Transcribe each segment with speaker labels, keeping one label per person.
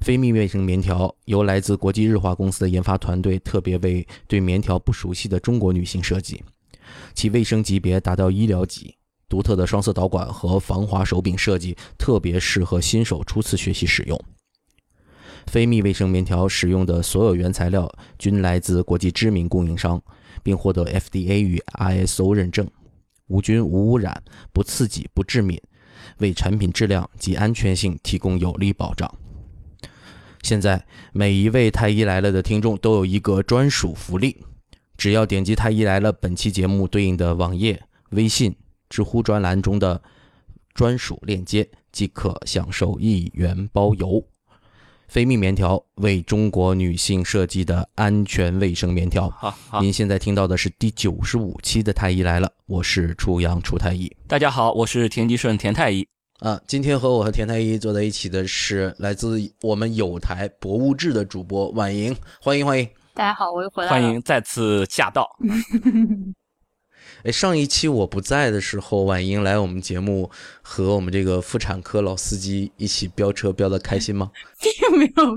Speaker 1: 飞蜜卫生棉条由来自国际日华公司的研发团队特别为对棉条不熟悉的中国女性设计，其卫生级别达到医疗级，独特的双色导管和防滑手柄设计特别适合新手初次学习使用。飞蜜卫生棉条使用的所有原材料均来自国际知名供应商，并获得 FDA 与 ISO 认证，无菌、无污染、不刺激、不致敏，为产品质量及安全性提供有力保障。现在每一位太医来了的听众都有一个专属福利，只要点击太医来了本期节目对应的网页、微信、知乎专栏中的专属链接，即可享受一元包邮。飞蜜棉条为中国女性设计的安全卫生棉条。
Speaker 2: 好好，
Speaker 1: 您现在听到的是第九十五期的太医来了，我是初阳楚太医。
Speaker 2: 大家好，我是田吉顺田太医。
Speaker 1: 啊，今天和我和田太医坐在一起的是来自我们有台博物志的主播婉莹，欢迎欢迎。
Speaker 3: 大家好，我又回来了。
Speaker 2: 欢 迎再次驾到。
Speaker 1: 哎，上一期我不在的时候，婉莹来我们节目和我们这个妇产科老司机一起飙车，飙的开心 吗？
Speaker 3: 并没有，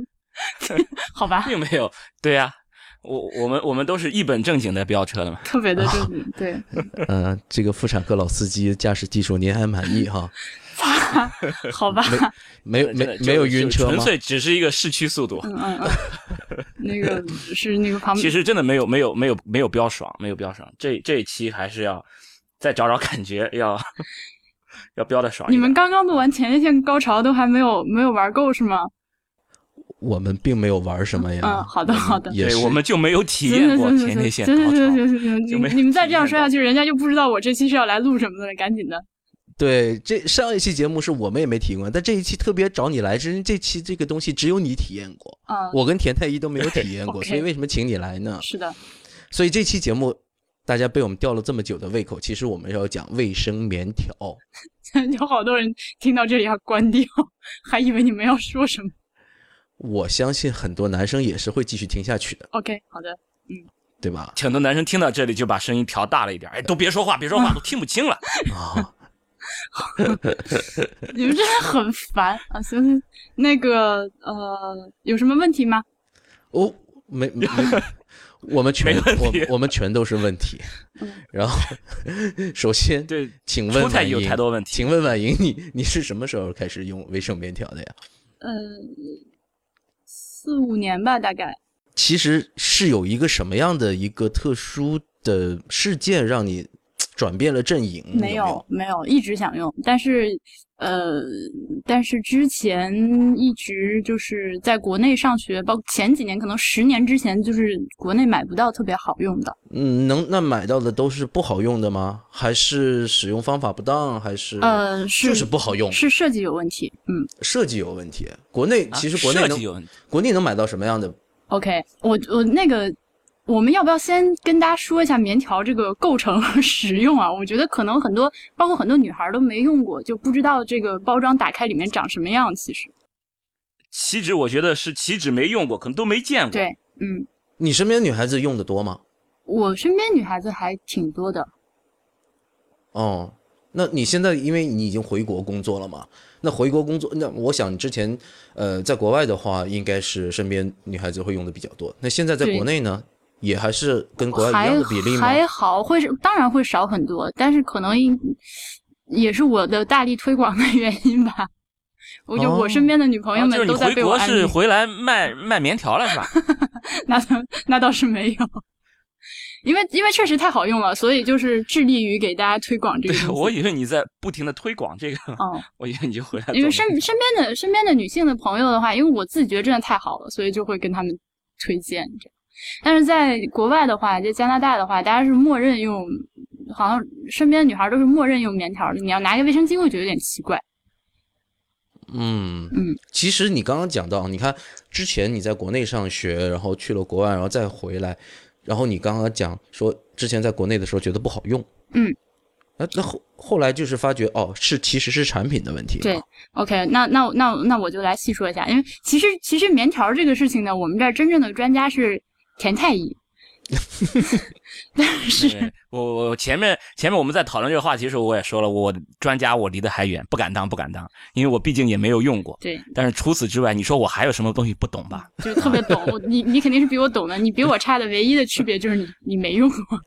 Speaker 3: 好吧，
Speaker 2: 并没有，对呀、我我们我们都是一本正经的飙车的嘛。
Speaker 3: 特别的正经。 对，
Speaker 1: 嗯、这个妇产科老司机驾驶技术您还满意 哈？
Speaker 3: 好吧，
Speaker 1: 没
Speaker 2: 真
Speaker 1: 没
Speaker 2: 的就
Speaker 1: 没有晕
Speaker 2: 就
Speaker 1: 车
Speaker 2: 纯
Speaker 1: 吗？
Speaker 2: 粹只是一个市区速度。
Speaker 3: 嗯嗯嗯，那个是那个旁
Speaker 2: 其
Speaker 3: 边，
Speaker 2: 实真的没有没有没有没有飙爽，没有飙爽。这这一期还是要再找找感觉，要 要飙的爽一
Speaker 3: 你
Speaker 2: 点。
Speaker 3: 们刚刚录完前列腺高潮都还没有没有玩够是吗？
Speaker 1: 我们并没有玩什么呀。
Speaker 3: 嗯好的
Speaker 1: 我们
Speaker 3: 好的
Speaker 1: 也
Speaker 2: 对
Speaker 1: 是
Speaker 2: 我们就没有体
Speaker 3: 行
Speaker 2: 验
Speaker 3: 行
Speaker 2: 过
Speaker 3: 行
Speaker 2: 前列
Speaker 3: 行
Speaker 2: 腺
Speaker 3: 行
Speaker 2: 高
Speaker 3: 行行
Speaker 2: 潮。
Speaker 3: 行行
Speaker 2: 就
Speaker 3: 行，
Speaker 2: 没
Speaker 3: 你你们再这样
Speaker 2: 体
Speaker 3: 说
Speaker 2: 验到？
Speaker 3: 下去，人家就不知道我这期是要来录什么的了，赶紧的。
Speaker 1: 对这上一期节目是我们也没体验过，但这一期特别找你来，是因为这期这个东西只有你体验过，
Speaker 3: 嗯，
Speaker 1: 我跟田太医都没有体验过，
Speaker 3: OK
Speaker 1: 所以为什么请你来呢？
Speaker 3: 是的，
Speaker 1: 所以这期节目大家被我们吊了这么久的胃口，其实我们要讲卫生棉条。
Speaker 3: 有好多人听到这里要关掉，还以为你们要说什么。
Speaker 1: 我相信很多男生也是会继续听下去的，
Speaker 3: OK，好的，
Speaker 1: 对吧
Speaker 2: 很多男生听到这里就把声音调大了一点，哎，都别说话，别说话，都听不清了。
Speaker 1: 啊，
Speaker 3: 你们真的很烦啊！行行，那个呃，有什么问题吗？
Speaker 1: 哦，没没，我们全
Speaker 2: 没问
Speaker 1: 我
Speaker 2: 题嗯
Speaker 1: 我们全都是问题。然后，首先，
Speaker 2: 对，
Speaker 1: 请
Speaker 2: 初
Speaker 1: 问
Speaker 2: 太
Speaker 1: 婉
Speaker 2: 有
Speaker 1: 莹，
Speaker 2: 太多问题。
Speaker 1: 请问婉莹，你你是什么时候开始用卫生棉条的呀？
Speaker 3: 呃，四五年吧，大概。
Speaker 1: 其实是有一个什么样的一个特殊的事件让你转变了阵营？
Speaker 3: 没
Speaker 1: 嗯有
Speaker 3: 有没有，一直想用，但是呃，但是之前一直就是在国内上学，包括前几年，可能十年之前，就是国内买不到特别好用的。
Speaker 1: 嗯，能那买到的都是不好用的吗？还是使用方法不当？还是
Speaker 3: 呃，是
Speaker 1: 就是不好用，
Speaker 3: 是设计有问题。嗯
Speaker 1: 设计有问题？国内
Speaker 2: 啊
Speaker 1: 其实国内
Speaker 2: 设
Speaker 1: 能、
Speaker 2: 计有问题
Speaker 1: 国内能买到什么样的？
Speaker 3: ，OK，我我那个。我们要不要先跟大家说一下棉条这个构成和使用啊？我觉得可能很多，包括很多女孩儿都没用过，就不知道这个包装打开里面长什么样。其实，
Speaker 2: 岂止我觉得是岂止没用过，可能都没见过。
Speaker 3: 对，嗯，
Speaker 1: 你身边女孩子用的多吗？
Speaker 3: 我身边女孩子还挺多的，
Speaker 1: 哦，那你现在因为你已经回国工作了嘛？那回国工作，那我想你之前呃在国外的话，应该是身边女孩子会用的比较多。那现在在
Speaker 3: 对
Speaker 1: 国内呢，也还是跟国外一
Speaker 3: 还
Speaker 1: 样的比例吗？
Speaker 3: 还好，会是当然会少很多，但是可能因也是我的大力推广的 原因吧。我就、
Speaker 1: 哦
Speaker 3: 我身边的女朋友
Speaker 2: 啊就是
Speaker 3: 们
Speaker 2: 你
Speaker 3: 都在
Speaker 2: 回
Speaker 3: 被我
Speaker 2: 国
Speaker 3: 安利，
Speaker 2: 是回来卖卖棉条了是 吧？
Speaker 3: 那倒那倒是没有，因为因为确实太好用了，所以就是致力于给大家推广这个
Speaker 2: 对
Speaker 3: 东，西。
Speaker 2: 我以为你在不停的推广这个，
Speaker 3: 哦，
Speaker 2: 我以为你就回来做。
Speaker 3: 因为身身边的身边的女性的朋友的话，因为我自己觉得真的太好了，所以就会跟他们推荐这样。但是在国外的话，在加拿大的话，大家是默认用，好像身边的女孩都是默认用棉条的。你要拿一个卫生巾，会觉得有点奇怪。
Speaker 1: 嗯
Speaker 3: 嗯，
Speaker 1: 其实你刚刚讲到，你看之前你在国内上学，然后去了国外，然后再回来，然后你刚刚讲说之前在国内的时候觉得不好用，
Speaker 3: 嗯，
Speaker 1: 那那后后来就是发觉哦，是其实是产品的问题，
Speaker 3: 对 OK，那那我那我那我就来细说一下，因为其实其实棉条这个事情呢，我们这儿真正的专家是田 太医，但是
Speaker 2: 对我我我前面前面我们在讨论这个话题的时候，我也说了，我专家我离得还远，不敢当不敢当，因为我毕竟也没有用过。
Speaker 3: 对，
Speaker 2: 但是除此之外，你说我还有什么东西不懂吧？
Speaker 3: 就特别懂，我你你肯定是比我懂的，你比我差的唯一的区别就是你你没用过。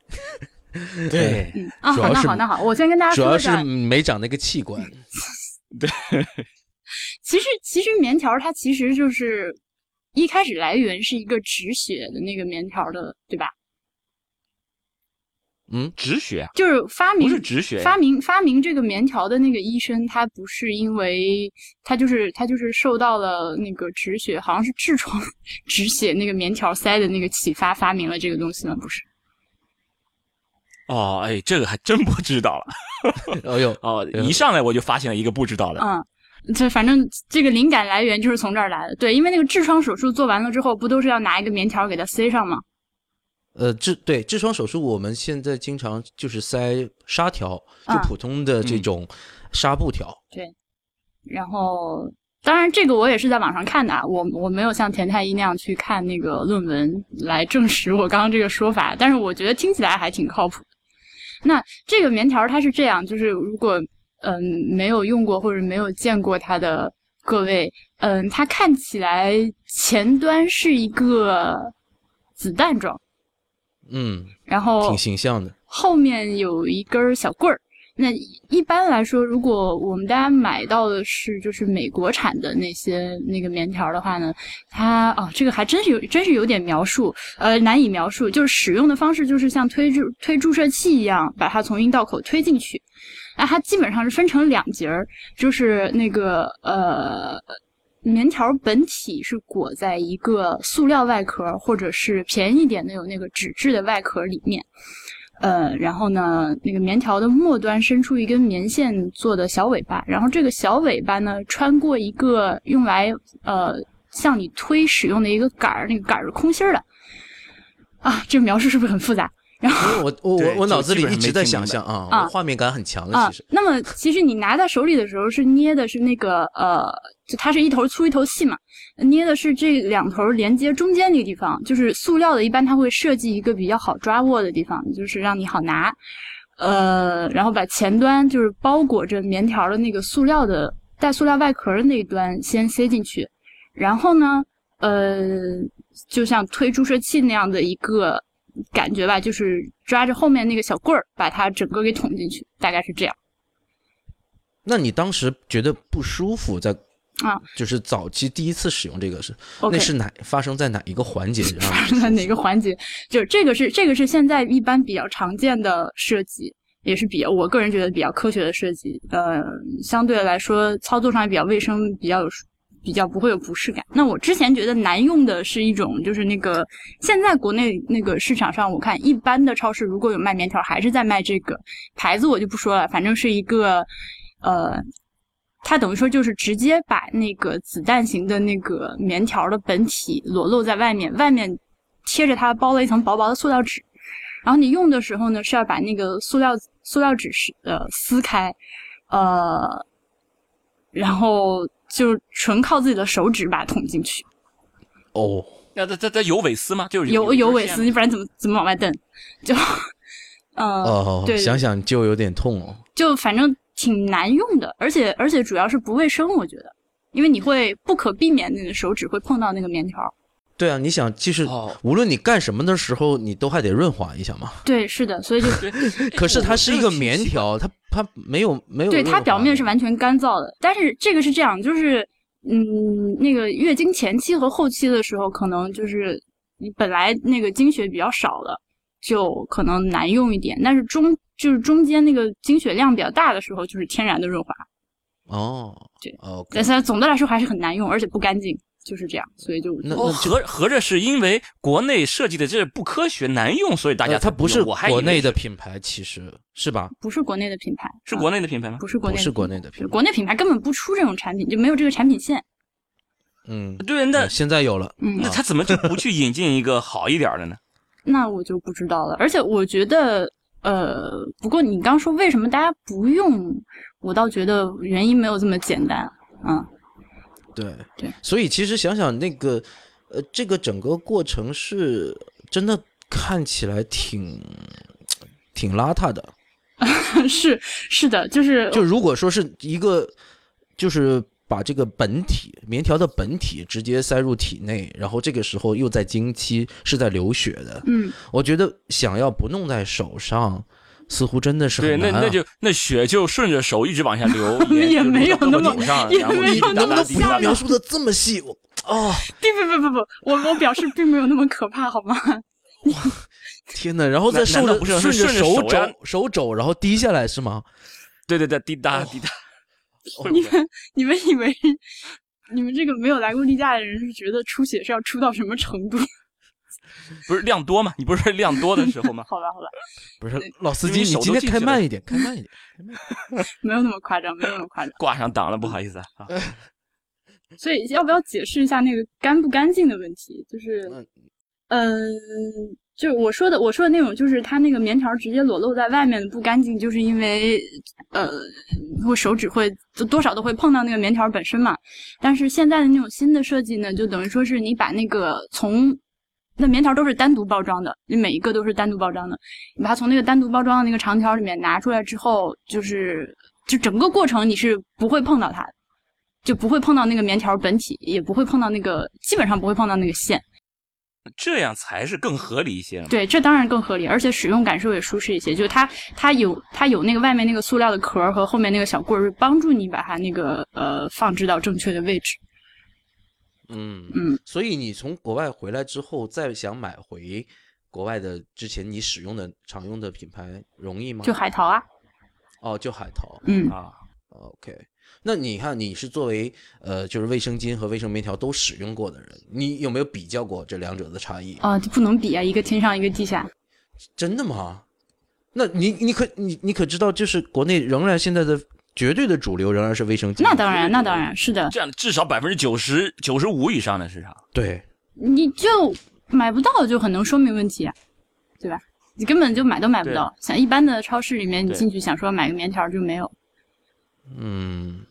Speaker 2: 对，
Speaker 3: 嗯啊，
Speaker 1: 主
Speaker 3: 好，
Speaker 1: 要
Speaker 3: 那
Speaker 1: 是
Speaker 3: 好，那好，我先跟大家
Speaker 1: 主
Speaker 3: 说
Speaker 1: 要
Speaker 3: 一下
Speaker 1: 是，没长那个器官，
Speaker 3: 其实其实棉条它其实就是一开始来源是一个止血的那个棉条的，对吧？
Speaker 1: 嗯，
Speaker 2: 止血啊
Speaker 3: 就是发明
Speaker 2: 不是止血呀
Speaker 3: 发明发明这个棉条的那个医生，他不是因为他就是他就是受到了那个止血，好像是痔疮止血那个棉条塞的那个启发，发明了这个东西吗？不是，
Speaker 2: 哦，哎，这个还真不知道了。
Speaker 1: 哎呦，
Speaker 2: 哦，一上来我就发现了一个不知道的。
Speaker 3: 嗯。这反正这个灵感来源就是从这儿来的，对，因为那个痔疮手术做完了之后，不都是要拿一个棉条给它塞上吗？
Speaker 1: 呃，痔对痔疮手术，我们现在经常就是塞纱条，就
Speaker 3: 啊
Speaker 1: 普通的这
Speaker 2: 嗯
Speaker 1: 种纱布条，
Speaker 3: 然后，当然这个我也是在网上看的，啊，我我没有像田太医那样去看那个论文来证实我刚刚这个说法，但是我觉得听起来还挺靠谱的。那这个棉条它是这样，就是如果嗯没有用过或者没有见过它的各位，嗯，它看起来前端是一个子弹状，
Speaker 1: 嗯，
Speaker 3: 然后
Speaker 1: 挺形 象的。
Speaker 3: 后面有一根儿小棍儿。那一般来说，如果我们大家买到的是就是美国产的那些那个棉条的话呢，它哦，这个还真是有真是有点描述，呃，难以描述，就是使用的方式就是像推注推注射器一样，把它从阴道口推进去。那它基本上是分成两节儿，就是那个呃，棉条本体是裹在一个塑料外壳或者是便宜一点的有那个纸质的外壳里面。呃，然后呢，那个棉条的末端伸出一根棉线做的小尾巴，然后这个小尾巴呢，穿过一个用来呃向你推使用的一个杆儿，那个杆儿是空心儿的。啊，这描述是不是很复杂？
Speaker 1: 因为我我我
Speaker 2: 对
Speaker 1: 我
Speaker 2: 就
Speaker 1: 脑子里
Speaker 2: 基
Speaker 1: 一
Speaker 2: 本上
Speaker 1: 直
Speaker 2: 没
Speaker 1: 在
Speaker 2: 听
Speaker 1: 想
Speaker 2: 明白
Speaker 1: 象啊，
Speaker 3: 啊
Speaker 1: 我画面感很强的，
Speaker 3: 啊
Speaker 1: 其实，
Speaker 3: 那么其实你拿在手里的时候是捏的是那个呃，就它是一头粗一头细嘛，捏的是这两头连接中间那个地方，就是塑料的，一般它会设计一个比较好抓握的地方，就是让你好拿。呃，然后把前端就是包裹着棉条的那个塑料的带塑料外壳的那一端先塞进去，然后呢，呃，就像推注射器那样的一个感觉吧，就是抓着后面那个小棍儿，把它整个给捅进去，大概是这样。
Speaker 1: 那你当时觉得不舒服在？
Speaker 3: 啊，
Speaker 1: 就是早期第一次使用这个是，
Speaker 3: OK，
Speaker 1: 那 是哪发生在哪一个环节上？
Speaker 3: 发生在哪个环节？就是这个是这个是现在一般比较常见的设计，也是比较我个人觉得比较科学的设计。呃，相对来说操作上也比较卫生，比较有比较不会有不适感。那我之前觉得难用的是一种，就是那个现在国内那个市场上，我看一般的超市如果有卖棉条，还是在卖这个牌子，我就不说了，反正是一个呃。它等于说就是直接把那个子弹型的那个棉条的本体裸露在外面，外面贴着它包了一层薄薄的塑料纸。然后你用的时候呢，是要把那个塑料塑料纸是呃撕开，呃，然后就纯靠自己的手指把它捅进去。
Speaker 1: 哦，
Speaker 2: 那这这这有尾丝吗？就是
Speaker 3: 有有
Speaker 2: 有
Speaker 3: 尾丝，你不然怎么怎么往外蹬？就，呃，
Speaker 1: 哦
Speaker 3: 对，对
Speaker 1: 想想就有点痛哦。
Speaker 3: 就反正挺难用的，而且而且主要是不卫生，我觉得，因为你会不可避免你的手指会碰到那个棉条。
Speaker 1: 对啊，你想，就是
Speaker 2: 哦
Speaker 1: 无论你干什么的时候，你都还得润滑一下嘛。
Speaker 3: 对，是的，所以就
Speaker 2: 对，哎
Speaker 1: 可是它
Speaker 2: 我
Speaker 1: 是
Speaker 2: 这
Speaker 1: 一个
Speaker 2: 挺
Speaker 1: 棉
Speaker 2: 奇怪
Speaker 1: 条，它它没有没有润
Speaker 3: 对
Speaker 1: 滑的。
Speaker 3: 它表面是完全干燥的，但是这个是这样，就是嗯，那个月经前期和后期的时候，可能就是你本来那个经血比较少了，就可能难用一点，但是中就是中间那个经血量比较大的时候，就是天然的润滑，
Speaker 1: 哦，
Speaker 3: 对
Speaker 1: ，OK，
Speaker 3: 但是总的来说还是很难用，而且不干净，就是这样，所以就
Speaker 1: 那
Speaker 2: 哦，合合着是因为国内设计的这不科学难用，所以大家
Speaker 1: 呃它
Speaker 2: 才
Speaker 1: 不
Speaker 2: 用
Speaker 1: 是
Speaker 2: 我还以
Speaker 1: 国
Speaker 2: 为
Speaker 1: 内的
Speaker 2: 是
Speaker 1: 品牌，其实是吧？
Speaker 3: 不是国内的品牌，
Speaker 2: 是
Speaker 3: 啊
Speaker 2: 国内的品牌吗？
Speaker 3: 不是国内
Speaker 1: 不
Speaker 3: 的
Speaker 1: 是国
Speaker 3: 品
Speaker 1: 内的
Speaker 3: 牌
Speaker 1: 品牌，
Speaker 3: 国内品牌根本不出这种产品，就没有这个产品线。
Speaker 1: 嗯，
Speaker 2: 对，那
Speaker 1: 嗯现在有了，
Speaker 3: 嗯，
Speaker 2: 那他怎么就不去引进一个好一点的呢？
Speaker 3: 那我就不知道了。而且我觉得，呃，不过你刚说为什么大家不用，我倒觉得原因没有这么简单。 嗯，
Speaker 1: 对
Speaker 3: 对，
Speaker 1: 所以其实想想那个，呃，这个整个过程是呃真的看起来挺挺邋遢的。
Speaker 3: 是是的，就是
Speaker 1: 就如果说是一个，就是把这个本体棉条的本体直接塞入体内，然后这个时候又在经期是在流血的，
Speaker 3: 嗯，，
Speaker 1: 我觉得想要不弄在手上，似乎真的是
Speaker 2: 对，
Speaker 1: 很
Speaker 2: 那
Speaker 1: 难、啊。
Speaker 2: 那就那血就顺着手一直往下 流
Speaker 3: 也
Speaker 2: 就流
Speaker 3: 没有
Speaker 2: 到胳
Speaker 3: 那
Speaker 2: 膊
Speaker 3: 么
Speaker 2: 肘上，
Speaker 3: 也
Speaker 2: 然后
Speaker 3: 没
Speaker 2: 一
Speaker 1: 你
Speaker 2: 直
Speaker 3: 有
Speaker 1: 能
Speaker 2: 打
Speaker 1: 不
Speaker 2: 打
Speaker 1: 能
Speaker 2: 滴
Speaker 1: 不要
Speaker 2: 答
Speaker 1: 描
Speaker 2: 答。
Speaker 1: 述的这么细？我哦，
Speaker 3: 不不不不不，我我表示并没有那么可怕，好吗？
Speaker 1: 天哪！然后
Speaker 2: 难
Speaker 1: 再顺
Speaker 2: 难
Speaker 1: 着
Speaker 2: 道不是是
Speaker 1: 着
Speaker 2: 顺着手
Speaker 1: 手
Speaker 2: 呀
Speaker 1: 肘手肘，然后滴下来是吗？
Speaker 2: 对对对，滴答
Speaker 1: 哦
Speaker 2: 滴 答。会不
Speaker 3: 你
Speaker 2: 会
Speaker 3: 们你们以为你们这个没有来过例假的人是觉得出血是要出到什么程度？？
Speaker 2: 不是量多吗？你不是量多的时候 吗
Speaker 3: 好吧好吧，
Speaker 1: 不是老司
Speaker 2: 因为
Speaker 1: 机，
Speaker 2: 你
Speaker 1: 你
Speaker 2: 手
Speaker 1: 今天
Speaker 2: 都进
Speaker 1: 开
Speaker 2: 去
Speaker 1: 慢
Speaker 2: 了
Speaker 1: 一点，开慢一点。
Speaker 3: 没有那么夸张，没有那么夸张。
Speaker 2: 挂上档了，不好意思啊。
Speaker 1: 呃
Speaker 2: 啊
Speaker 3: 所以要不要解释一下那个干不干净的问题？就是
Speaker 1: 嗯，
Speaker 3: 嗯、就我说的，我说的那种，就是它那个棉条直接裸露在外面的不干净，就是因为呃，我手指会多少都会碰到那个棉条本身嘛。但是现在的那种新的设计呢，就等于说是你把那个从那棉条都是单独包装的，你每一个都是单独包装的，你把它从那个单独包装的那个长条里面拿出来之后，就是就整个过程你是不会碰到它的。就不会碰到那个棉条本体，也不会碰到那个，基本上不会碰到那个线。
Speaker 2: 这样才是更合理一些嘛。
Speaker 3: 对，这当然更合理，而且使用感受也舒适一些。就是它，它有它有那个外面那个塑料的壳儿和后面那个小棍儿，帮助你把它那个呃放置到正确的位置。
Speaker 1: 嗯
Speaker 3: 嗯，
Speaker 1: 所以你从国外回来之后，再想买回国外的之前你使用的常用的品牌，容易吗？
Speaker 3: 就海淘啊，
Speaker 1: 哦，就海淘。
Speaker 3: 嗯，
Speaker 2: 啊，
Speaker 1: OK，那你看你是作为呃，就是卫生巾和卫生棉条都使用过的人，你有没有比较过这两者的差异？
Speaker 3: 啊、就不能比啊，一个天上一个地下。
Speaker 1: 真的吗？那你你可你你可知道，就是国内仍然现在的绝对的主流仍然是卫生巾。
Speaker 3: 那当然，那当然是的，
Speaker 2: 这样至少百分之九十九十五以上的市场。
Speaker 1: 对，
Speaker 3: 你就买不到，就很能说明问题啊，对吧？你根本就买都买不
Speaker 2: 对
Speaker 3: 到，像一般的超市里面，你
Speaker 2: 对
Speaker 3: 进去想说买个棉条儿就没有。
Speaker 1: 嗯，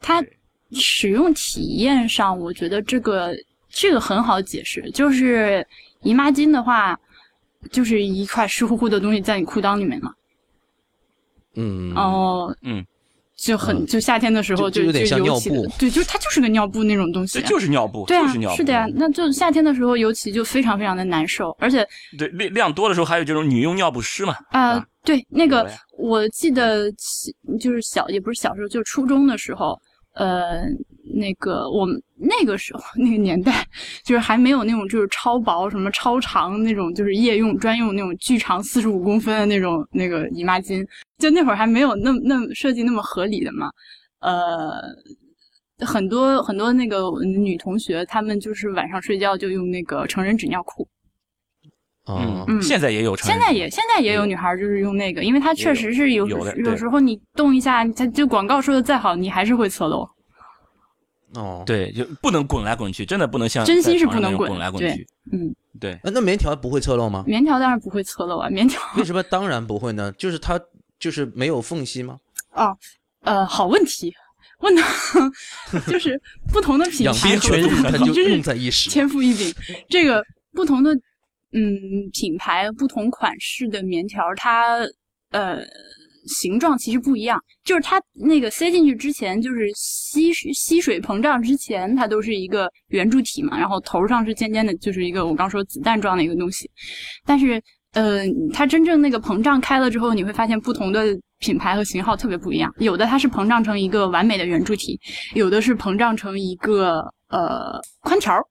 Speaker 3: 它
Speaker 2: 对
Speaker 3: 使用体验上，我觉得这个这个很好解释，就是姨妈巾的话，就是一块湿乎乎的东西在你裤裆里面嘛，
Speaker 1: 嗯，
Speaker 3: 然后
Speaker 2: 嗯，
Speaker 3: 就很、
Speaker 1: 嗯
Speaker 3: 就夏天的时候
Speaker 1: 就就
Speaker 3: 就
Speaker 1: 有点像
Speaker 3: 尤其
Speaker 1: 尿
Speaker 3: 的
Speaker 1: 布
Speaker 3: 对，就是它就是个尿布那种东西
Speaker 2: 这
Speaker 3: 啊、
Speaker 2: 就是尿布，
Speaker 3: 对啊
Speaker 2: 就是尿，布。嗯
Speaker 3: 是的呀，那就夏天的时候，尤其就非常非常的难受，而且
Speaker 2: 对，量量多的时候还有这种女用尿不湿嘛。
Speaker 3: 啊、
Speaker 2: 是吧
Speaker 3: 对，那
Speaker 2: 有
Speaker 3: 个
Speaker 2: 了呀
Speaker 3: 我记得起就是小也不是小时候，就是初中的时候，呃，那个我们那个时候那个年代，就是还没有那种就是超薄什么超长那种，就是夜用专用那种巨长四十五公分的那种那个姨妈巾，就那会儿还没有那么那么设计那么合理的嘛，呃。很多很多那个女同学，她们就是晚上睡觉就用那个成人纸尿裤，
Speaker 1: 啊，
Speaker 3: 嗯
Speaker 2: 现在也有成
Speaker 3: 现
Speaker 2: 人
Speaker 3: 在也现在也有女孩儿就是用那个，因为它确实是有
Speaker 2: 有的对
Speaker 3: 有时候你动一下，它就广告说的再好，你还是会侧漏。嗯
Speaker 1: 哦，
Speaker 2: 对，就不能滚来滚去，真的不能像
Speaker 3: 真心是
Speaker 2: 在床上
Speaker 3: 不
Speaker 2: 那种滚
Speaker 3: 能滚
Speaker 2: 来滚
Speaker 3: 对
Speaker 2: 去。
Speaker 3: 嗯，
Speaker 2: 对，
Speaker 1: 呃那棉条不会侧漏吗？
Speaker 3: 棉条当然不会侧漏啊，棉条
Speaker 1: 为什么当然不会呢？就是它就是没有缝隙吗？
Speaker 3: 呃好问题，问的 就是不同的品牌和不同的就是
Speaker 1: 在一时
Speaker 3: 天赋异禀。这个不同的嗯品牌、不同款式的棉条，它呃形状其实不一样，就是它那个塞进去之前，就是吸水吸水膨胀之前，它都是一个圆柱体嘛，然后头上是尖尖的，就是一个我刚说子弹状的一个东西，但是。呃，它真正那个膨胀开了之后，你会发现不同的品牌和型号特别不一样。有的它是膨胀成一个完美的圆柱体，有的是膨胀成一个呃宽条儿，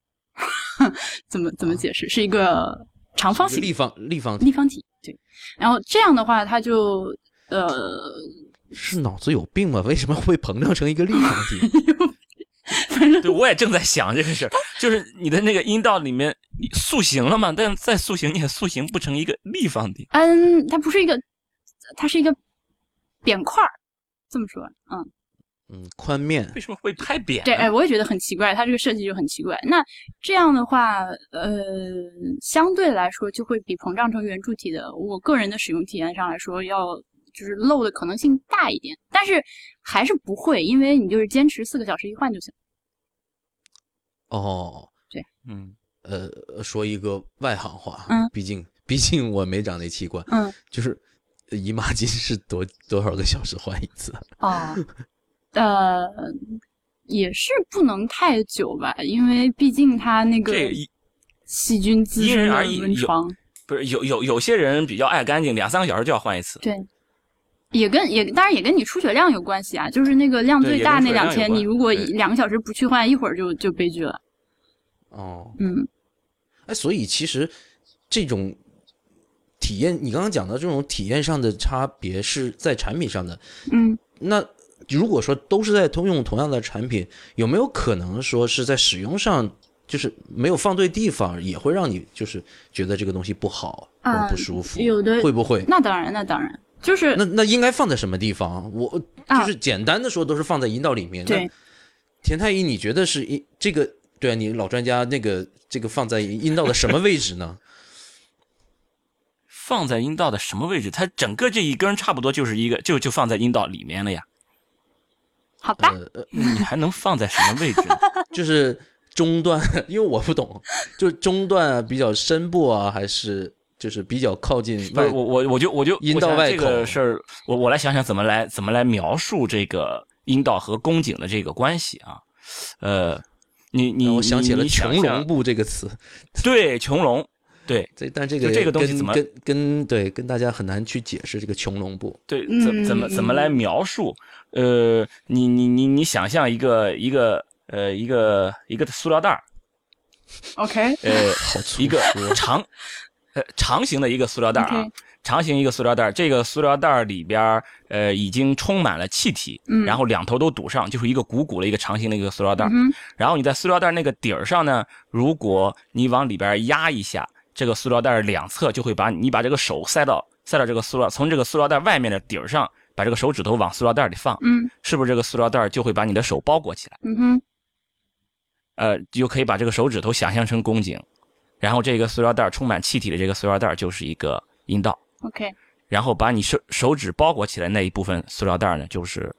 Speaker 3: 怎么怎么解释？是一个长方形
Speaker 1: 立方立方体
Speaker 3: 立方体，对。然后这样的话，它就呃，
Speaker 1: 是脑子有病吗？为什么会膨胀成一个立方体？
Speaker 3: 反
Speaker 2: 对，我也正在想这个 事儿，就是你的那个阴道里面塑形了嘛，但再塑形你也塑形不成一个立方体。
Speaker 3: 嗯，它不是一个，它是一个扁块儿，这么说，嗯。
Speaker 1: 嗯，宽面
Speaker 2: 为什么会拍扁？
Speaker 3: 对，哎，我也觉得很奇怪，它这个设计就很奇怪。那这样的话，呃，相对来说就会比膨胀成圆柱体的，我个人的使用体验上来说，要就是漏的可能性大一点，但是还是不会，因为你就是坚持四个小时一换就行。
Speaker 1: 哦，
Speaker 2: 嗯，
Speaker 1: 呃，说一个外行话，
Speaker 3: 嗯
Speaker 1: 毕竟毕竟我没长那器官，
Speaker 3: 嗯，
Speaker 1: 就是呃姨妈巾是多多少个小时换一次？
Speaker 3: 哦，呃，也是不能太久吧，因为毕竟它那个
Speaker 2: 这一
Speaker 3: 细菌滋
Speaker 2: 因
Speaker 3: 生
Speaker 2: 人
Speaker 3: 的
Speaker 2: 而异
Speaker 3: 温
Speaker 2: 有
Speaker 3: 床。
Speaker 2: 不是有有有些人比较爱干净，两三个小时就要换一次。
Speaker 3: 对，也跟也当然也跟你出血量有关系啊，就是那个量
Speaker 2: 对
Speaker 3: 最
Speaker 2: 也
Speaker 3: 大
Speaker 2: 跟
Speaker 3: 那
Speaker 2: 出血量有
Speaker 3: 两天，
Speaker 2: 关
Speaker 3: 你如果
Speaker 2: 对
Speaker 3: 一两个小时不去换，一会儿就就悲剧了。
Speaker 1: 哦，
Speaker 3: 嗯，
Speaker 1: 哎，所以其实这种体验，你刚刚讲的这种体验上的差别是在产品上的。
Speaker 3: 嗯，
Speaker 1: 那如果说都是在通用同样的产品，有没有可能说是在使用上？就是没有放对地方，也会让你就是觉得这个东西不好，或者
Speaker 3: 啊
Speaker 1: 不舒服，
Speaker 3: 有的
Speaker 1: 会不会？
Speaker 3: 那当然，那当然，就是
Speaker 1: 那那应该放在什么地方？我
Speaker 3: 啊
Speaker 1: 就是简单的说，都是放在阴道里面。那
Speaker 3: 对，
Speaker 1: 田太医，你觉得是阴这个？对啊，你老专家，那个这个放在阴道的什么位置 呢？
Speaker 2: 放在阴道的什么位置？它整个这一根差不多就是一个，就就放在阴道里面了呀。
Speaker 3: 好吧，
Speaker 1: 呃，呃
Speaker 2: 你还能放在什么位置呢？
Speaker 1: 就是中段， 因为我不懂，就是中段啊，比较深部啊，还是就是比较靠近
Speaker 2: 不
Speaker 1: 外
Speaker 2: 是我我我就我就
Speaker 1: 阴道外
Speaker 2: 我想这
Speaker 1: 口
Speaker 2: 个事儿，我我来想想怎么来怎么来描述这个阴道和宫颈的这个关系啊。呃，你你
Speaker 1: 让我想起了“
Speaker 2: 你想
Speaker 1: 穹
Speaker 2: 象
Speaker 1: 隆部”这个词，
Speaker 2: 对穹隆，对
Speaker 1: 这但这个
Speaker 2: 就这个东西
Speaker 1: 跟
Speaker 2: 怎么
Speaker 1: 跟跟对跟大家很难去解释这个穹隆部
Speaker 2: 对，
Speaker 3: 嗯
Speaker 2: 怎怎么怎么来描述？呃，你你你你想象一个一个呃一个一个塑料袋儿，
Speaker 3: OK，
Speaker 2: 呃，
Speaker 1: 好粗
Speaker 2: 一个
Speaker 1: 说
Speaker 2: 长呃长形的一个塑料袋儿啊
Speaker 3: OK
Speaker 2: 长形一个塑料袋儿，这个塑料袋儿里边儿呃已经充满了气体，
Speaker 3: 嗯
Speaker 2: 然后两头都堵上，就是一个鼓鼓的一个长形的一个塑料袋儿。
Speaker 3: 嗯哼，
Speaker 2: 然后你在塑料袋那个底儿上呢，如果你往里边压一下，这个塑料袋两侧就会把你把这个手塞到塞到这个塑料，从这个塑料袋外面的底儿上，把这个手指头往塑料袋里放，
Speaker 3: 嗯
Speaker 2: 是不是这个塑料袋就会把你的手包裹起来？
Speaker 3: 嗯哼，
Speaker 2: 呃，就可以把这个手指头想象成宫颈，然后这个塑料袋充满气体的这个塑料袋就是一个阴道，
Speaker 3: ，OK，
Speaker 2: 然后把你手手指包裹起来那一部分塑料袋呢，就是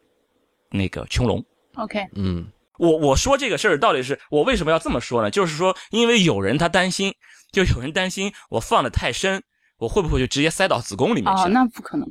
Speaker 2: 那个穹隆。
Speaker 3: OK，
Speaker 1: 嗯，
Speaker 2: 我我说这个事儿到底是我为什么要这么说呢？就是说，因为有人他担心，就有人担心我放的太深，我会不会就直接塞到子宫里面去
Speaker 3: 哦，
Speaker 2: 了？
Speaker 3: 那不可能，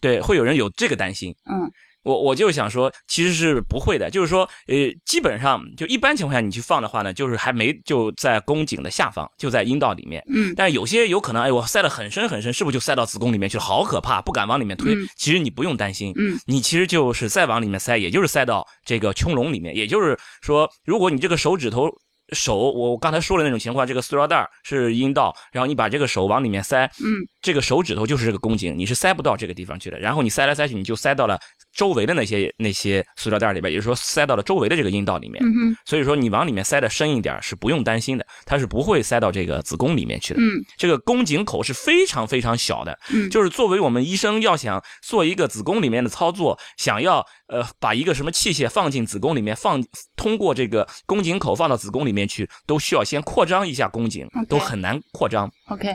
Speaker 2: 对，会有人有这个担心。
Speaker 3: 嗯
Speaker 2: 我我就想说，其实是不会的，就是说，呃，基本上就一般情况下你去放的话呢，就是还没就在宫颈的下方，就在阴道里面。
Speaker 3: 嗯
Speaker 2: 但是有些有可能，哎，我塞得很深很深，是不是就塞到子宫里面去了？好可怕，不敢往里面推。
Speaker 3: 嗯
Speaker 2: 其实你不用担心，
Speaker 3: 嗯
Speaker 2: 你其实就是再往里面塞，也就是塞到这个穹隆里面。也就是说，如果你这个手指头手，我我刚才说的那种情况，这个塑料袋儿是阴道，然后你把这个手往里面塞，
Speaker 3: 嗯
Speaker 2: 这个手指头就是这个宫颈，你是塞不到这个地方去的。然后你塞来塞去，你就塞到了周围的那些那些塑料袋里边，也就是说塞到了周围的这个阴道里面。
Speaker 3: 嗯哼，
Speaker 2: 所以说你往里面塞的深一点儿是不用担心的，它是不会塞到这个子宫里面去的。
Speaker 3: 嗯
Speaker 2: 这个宫颈口是非常非常小的，
Speaker 3: 嗯，
Speaker 2: 就是作为我们医生要想做一个子宫里面的操作，想要呃把一个什么器械放进子宫里面，放通过这个宫颈口放到子宫里面去，都需要先扩张一下宫颈
Speaker 3: OK，
Speaker 2: 都很难扩张，
Speaker 3: OK，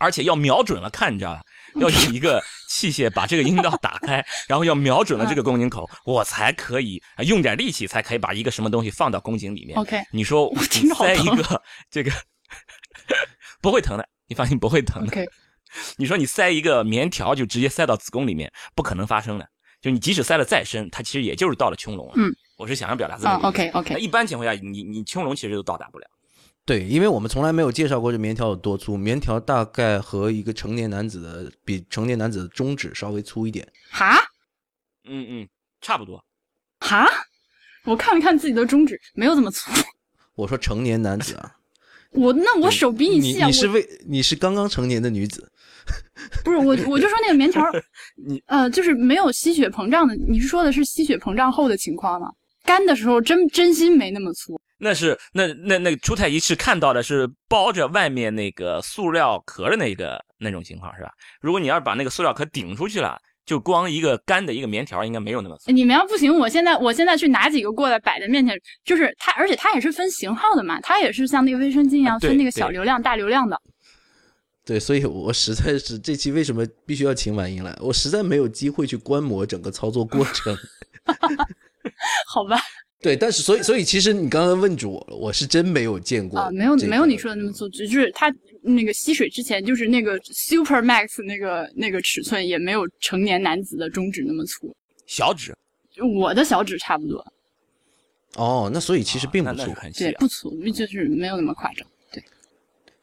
Speaker 2: 而且要瞄准了看，你知道 吧？要有一个器械把这个阴道打开， 然后要瞄准
Speaker 3: 嗯
Speaker 2: 了这个宫颈口，我才可以呃用点力气才可以把一个什么东西放到宫颈里面。
Speaker 3: OK
Speaker 2: 你说
Speaker 3: 哦我
Speaker 2: 我
Speaker 3: 听着好
Speaker 2: 塞一
Speaker 3: 疼
Speaker 2: 个 这个不会疼的，你放心不会疼的。
Speaker 3: OK，
Speaker 2: 你说你塞一个棉条就直接塞到子宫里面，不可能发生的。就你即使塞的再深，它其实也就是到了穹隆了。
Speaker 3: 嗯，
Speaker 2: 我是想要表达这
Speaker 3: 啊
Speaker 2: 么一个意思。
Speaker 3: ，OK
Speaker 2: 那
Speaker 3: OK，
Speaker 2: 一般情况下，你你穹隆其实都到达不了。
Speaker 1: 对，因为我们从来没有介绍过这棉条有多粗，棉条大概和一个成年男子的比成年男子的中指稍微粗一点，
Speaker 3: 哈
Speaker 2: 嗯嗯，差不多。
Speaker 3: 哈，我看了看自己的中指，没有这么粗，
Speaker 1: 我说成年男子啊，
Speaker 3: 我那我手 比
Speaker 1: 你
Speaker 3: 细啊，
Speaker 1: 你
Speaker 3: 我
Speaker 1: 是为你是刚刚成年的女子，
Speaker 3: 不是我，我就说那个棉条儿
Speaker 2: 你
Speaker 3: 呃，就是没有吸血膨胀的。你是说的是吸血膨胀后的情况吗？干的时候真真心没那么粗。
Speaker 2: 那是那那那出太医是看到的是包着外面那个塑料壳的那个那种情况是吧？如果你要是把那个塑料壳顶出去了，就光一个干的一个棉条，应该没有那么粗。
Speaker 3: 你们要不行，我现在我现在去拿几个过来摆在面前，就是它，而且它也是分型号的嘛，它也是像那个卫生巾一样
Speaker 2: 啊对
Speaker 3: 分那个小
Speaker 2: 对
Speaker 3: 流量、大流量的。
Speaker 1: 对，所以我实在是这期为什么必须要请婉莹来，我实在没有机会去观摩整个操作过程。
Speaker 3: 好吧，
Speaker 1: 对，但是所以所以其实你刚刚问住我了，我是真没有见过
Speaker 3: 啊，没有
Speaker 1: 这个
Speaker 3: 没有你说的那么粗，只是它那个吸水之前就是那个 Super Max 那个那个尺寸也没有成年男子的中指那么粗，
Speaker 2: 小指
Speaker 3: 我的小指差不多，
Speaker 1: 哦，那所以其实并
Speaker 2: 啊
Speaker 1: 不
Speaker 2: 那
Speaker 1: 错，
Speaker 2: 那是很细
Speaker 3: 对，
Speaker 2: 啊。
Speaker 3: 不粗，就是没有那么夸张。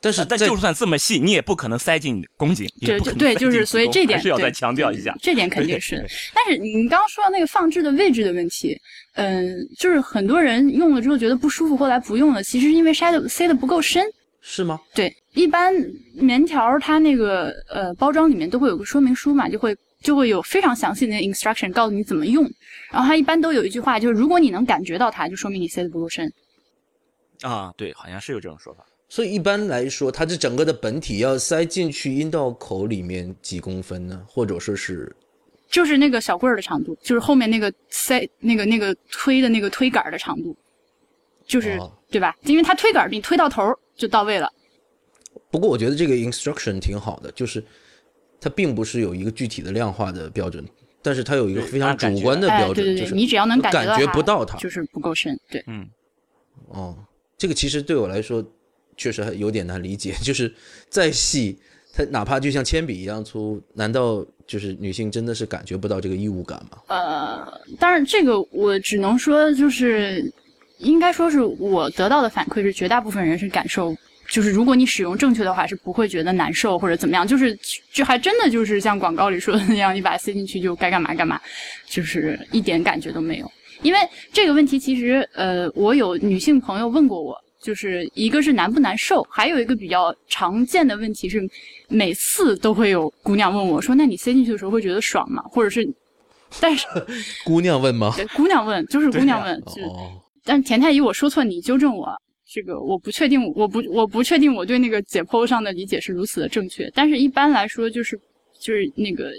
Speaker 1: 但是
Speaker 2: 但
Speaker 1: 在
Speaker 2: 就算这么细，你也不可能塞进宫颈，也
Speaker 3: 对
Speaker 2: 不可
Speaker 3: 就
Speaker 2: 能
Speaker 3: 对，
Speaker 2: 塞
Speaker 3: 就
Speaker 2: 进
Speaker 3: 是
Speaker 2: 子
Speaker 3: 所以
Speaker 2: 宫
Speaker 3: 这点
Speaker 2: 还是要
Speaker 3: 对
Speaker 2: 再强调一下。
Speaker 3: 这点肯 定是的。但是你刚刚说到那个放置的位置的问题，嗯、就是很多人用了之后觉得不舒服，后来不用了，其实是因为塞的塞的不够深。
Speaker 1: 是吗？
Speaker 3: 对，一般棉条儿它那个呃包装里面都会有个说明书嘛，就会就会有非常详细的 instruction 告诉你怎么用。然后它一般都有一句话，就是如果你能感觉到它，就说明你塞的不够深。
Speaker 2: 啊，对，好像是有这种说法。
Speaker 1: 所以一般来说，它这整个的本体要塞进去阴道口里面几公分呢？或者说是
Speaker 3: 就是那个小棍儿的长度，就是后面那个塞那个那个推的那个推杆儿的长度，就是、
Speaker 1: 哦
Speaker 3: 对吧？因为它推杆儿，你推到头儿就到位了。
Speaker 1: 不过我觉得这个 instruction 挺好的，就是它并不是有一个具体的量化的标准，但是它有一个
Speaker 2: 对
Speaker 1: 非常
Speaker 2: 按感
Speaker 1: 主
Speaker 2: 觉
Speaker 1: 观的
Speaker 3: 哎，
Speaker 1: 标
Speaker 3: 对
Speaker 1: 准，
Speaker 3: 对
Speaker 1: 就
Speaker 3: 对，
Speaker 1: 是
Speaker 3: 你只要能
Speaker 1: 感
Speaker 3: 觉
Speaker 1: 觉
Speaker 3: 它
Speaker 1: 不到它
Speaker 3: 就是不够深。对，
Speaker 2: 嗯，
Speaker 1: 哦，这个其实对我来说确实还有点难理解，就是再细，它哪怕就像铅笔一样粗，难道就是女性真的是感觉不到这个异物感吗？
Speaker 3: 呃，当然这个我只能说就是，应该说是我得到的反馈是，绝大部分人是感受。就是如果你使用正确的话，是不会觉得难受或者怎么样。就是就还真的就是像广告里说的那样，你把它塞进去就该干嘛干嘛，就是一点感觉都没有。因为这个问题，其实呃，我有女性朋友问过我，就是一个是难不难受，还有一个比较常见的问题是，每次都会有姑娘问我说：“那你塞进去的时候会觉得爽吗？”或者是，但是呃
Speaker 1: 姑娘问吗？
Speaker 3: 对姑娘问就是姑
Speaker 2: 对
Speaker 3: 娘
Speaker 2: 呀
Speaker 3: 问，就
Speaker 1: 哦，
Speaker 3: 但是田太医，我说错，你纠正我。这个我不确定，我不我不确定我对那个解剖上的理解是如此的正确。但是一般来说，就是就是那个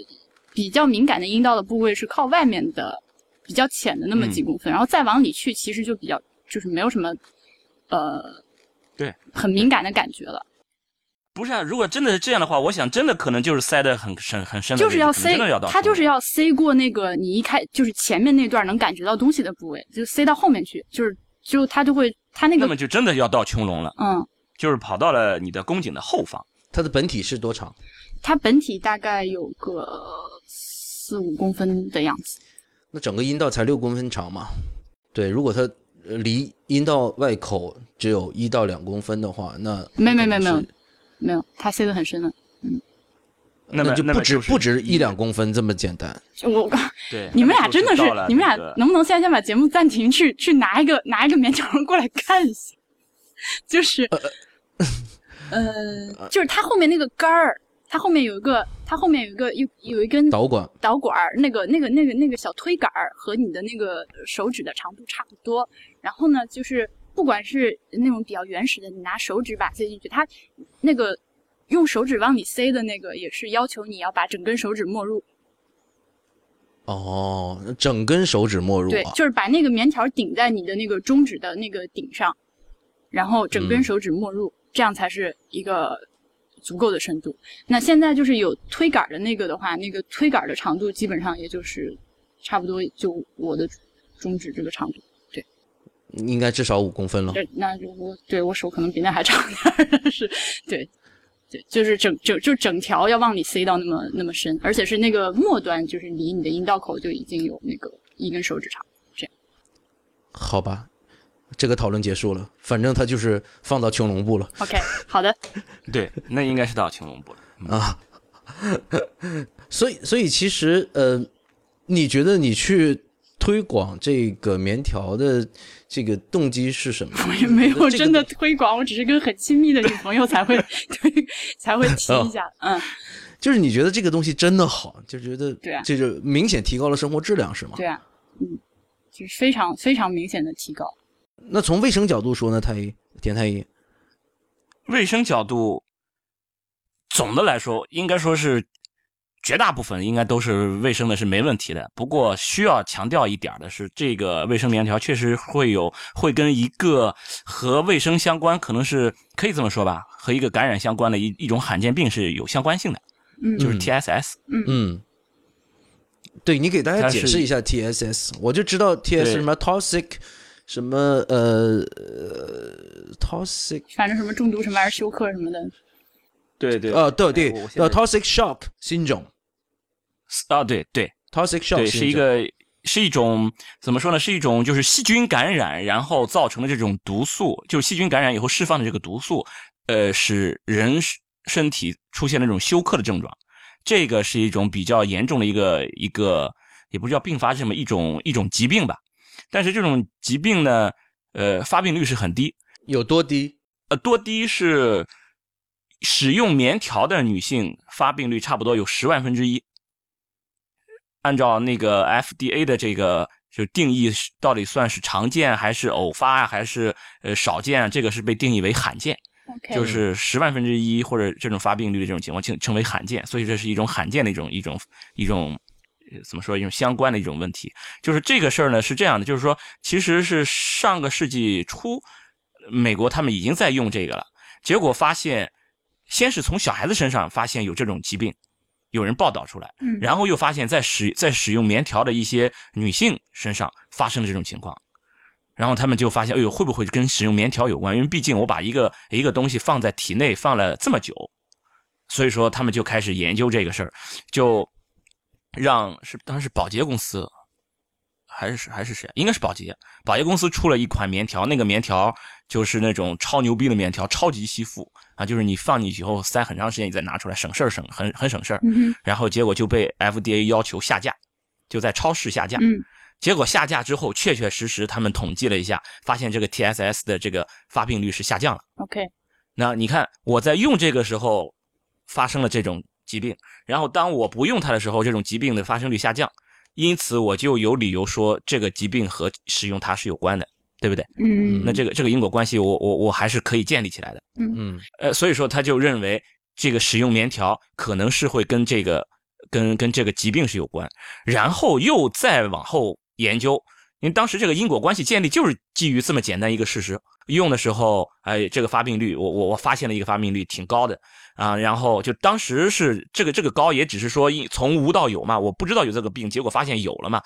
Speaker 3: 比较敏感的阴道的部位是靠外面的比较浅的那么几
Speaker 2: 嗯
Speaker 3: 公分，然后再往里去，其实就比较就是没有什么呃
Speaker 2: 对
Speaker 3: 很敏感的感觉了。
Speaker 2: 不是啊，如果真的是这样的话，我想真的可能就是塞的很深很深的
Speaker 3: 就
Speaker 2: 位置，
Speaker 3: 是要
Speaker 2: 可能
Speaker 3: 塞
Speaker 2: 真的要到，
Speaker 3: 它
Speaker 2: 头
Speaker 3: 就是要塞过那个你一开就是前面那段能感觉到东西的部位，就塞到后面去，就是就它就会它那
Speaker 2: 那
Speaker 3: 个
Speaker 2: 么就真的要到穹窿了，
Speaker 3: 嗯。
Speaker 2: 就是跑到了你的宫颈的后方。
Speaker 1: 它的本体是多长？
Speaker 3: 它本体大概有个四五公分的样子。
Speaker 1: 那整个阴道才六公分长嘛？对，如果它呃离阴道外口只有一到两公分的话，那
Speaker 3: 没没
Speaker 1: 可能
Speaker 3: 没
Speaker 1: 是
Speaker 3: 没没有，它塞得很深的。
Speaker 2: 那么
Speaker 1: 就
Speaker 2: 那
Speaker 1: 不
Speaker 2: 么
Speaker 1: 止
Speaker 2: 就是
Speaker 1: 不止一两公分这么简单。
Speaker 3: 就我
Speaker 2: 对，
Speaker 3: 你们
Speaker 2: 那
Speaker 3: 俩
Speaker 2: 就
Speaker 3: 真的是
Speaker 2: 到了，
Speaker 3: 你们俩
Speaker 2: 那个
Speaker 3: 能不能现在先把节目暂停去，去拿一个 拿一个棉条过来看一下？就是，呃，就是它后面那个杆儿，它后面有一个，它后面有一个有有一根
Speaker 1: 导管
Speaker 3: 导管儿，那个那个那个那个小推杆儿和你的那个手指的长度差不多。然后呢，就是不管是那种比较原始的，你拿手指把塞进去，它那个用手指往里塞的那个也是要求你要把整根手指没入，
Speaker 1: 哦，那整根手指没入
Speaker 3: 对
Speaker 1: 啊，，
Speaker 3: 就是把那个棉条顶在你的那个中指的那个顶上，然后整根
Speaker 1: 嗯
Speaker 3: 手指没入，这样才是一个足够的深度。那现在就是有推杆儿的那个的话，那个推杆儿的长度基本上也就是差不多就我的中指这个长度。
Speaker 1: 应该至少五公分了。
Speaker 3: 对，那就我对我手可能比那还长点儿， 是，对，对，就是整整就整条要往里塞到那么那么深，而且是那个末端就是离你的阴道口就已经有那个一根手指长。
Speaker 1: 好吧，这个讨论结束了，反正它就是放到穹窿部了
Speaker 3: OK，好的。
Speaker 2: 对，那应该是到穹窿部了。
Speaker 1: 啊。所以，所以其实，呃，你觉得你去推广这个棉条的这个动机是什么？
Speaker 3: 我也 没有
Speaker 1: 这个
Speaker 3: 真的推广，我只是跟很亲密的女朋友才会推才会提一下。嗯，
Speaker 1: 就是你觉得这个东西真的好，就觉得
Speaker 3: 对啊
Speaker 1: 这就明显提高了生活质量，是吗？
Speaker 3: 对啊，就是非常非常明显的提高。
Speaker 1: 那从卫生角度说呢，太医田太医，
Speaker 2: 卫生角度，总的来说应该说是绝大部分应该都是卫生的，是没问题的。不过需要强调一点的是，这个卫生棉条确实会有会跟一个和卫生相关，可能是可以这么说吧，和一个感染相关的一一种罕见病是有相关性的，
Speaker 3: 嗯，
Speaker 2: 就是
Speaker 1: 嗯
Speaker 2: TSS。
Speaker 1: 嗯，对你给大家
Speaker 2: 它
Speaker 1: 解
Speaker 2: 是
Speaker 1: 释一下 TSS，我就知道 TS
Speaker 2: 对
Speaker 1: 什么 toxic，什么呃呃 toxic
Speaker 3: 反正什么中毒什么还是休克什么的，
Speaker 2: 对对哎
Speaker 1: 呃对对
Speaker 2: 我我现在
Speaker 1: 呃 toxic shock 新种
Speaker 2: 啊，对对
Speaker 1: toxic shock
Speaker 2: 对，是
Speaker 1: 新
Speaker 2: 一
Speaker 1: 种，
Speaker 2: 个是一种怎么说呢？是一种就是细菌感染，然后造成的这种毒素，就是细菌感染以后释放的这个毒素，呃，使人是身体出现那种休克的症状。这个是一种比较严重的一个一个，也不叫并发症吧，一种一种疾病吧。但是这种疾病呢，呃，发病率是很低，
Speaker 1: 有多低？
Speaker 2: 呃，多低是使用棉条的女性发病率差不多有十万分之一。按照那个 FDA 的这个就定义是，到底算是常见还是偶发啊，还是呃少见啊？这个是被定义为罕见，
Speaker 3: OK，
Speaker 2: 就是十万分之一或者这种发病率的这种情况称称为罕见，所以这是一种罕见的一种一种一种呃怎么说一种相关的一种问题。就是这个事儿呢是这样的，就是说其实是上个世纪初，美国他们已经在用这个了，结果发现先是从小孩子身上发现有这种疾病，有人报道出来，
Speaker 3: 嗯
Speaker 2: 然后又发现在使在使用棉条的一些女性身上发生了这种情况。然后他们就发现，哎呦，会不会跟使用棉条有关？因为毕竟我把一个一个东西放在体内放了这么久，所以说他们就开始研究这个事儿，就让是当时是保洁公司还是还是谁？应该是保洁，保洁公司出了一款棉条，那个棉条就是那种超牛逼的棉条，超级吸附啊，就是你放进去以后塞很长时间，你再拿出来，省事儿省很很省事儿。
Speaker 3: 嗯
Speaker 2: 然后结果就被 FDA 要求下架，就在超市下架。
Speaker 3: 嗯
Speaker 2: 结果下架之后，确确实实他们统计了一下，发现这个 TSS 的这个发病率是下降了。
Speaker 3: ，OK，
Speaker 2: 那你看我在用这个时候发生了这种疾病，然后当我不用它的时候，这种疾病的发生率下降，因此我就有理由说这个疾病和使用它是有关的，对不对？
Speaker 3: 嗯，
Speaker 2: 那这个这个因果关系我，我我还是可以建立起来的。
Speaker 1: 嗯
Speaker 2: 呃，所以说他就认为这个使用棉条可能是会跟这个跟跟这个疾病是有关，然后又再往后研究，因为当时这个因果关系建立就是基于这么简单一个事实。用的时候，哎，这个发病率，我我我发现了一个发病率挺高的啊，然后就当时是这个这个高也只是说一从无到有嘛，我不知道有这个病，结果发现有了嘛，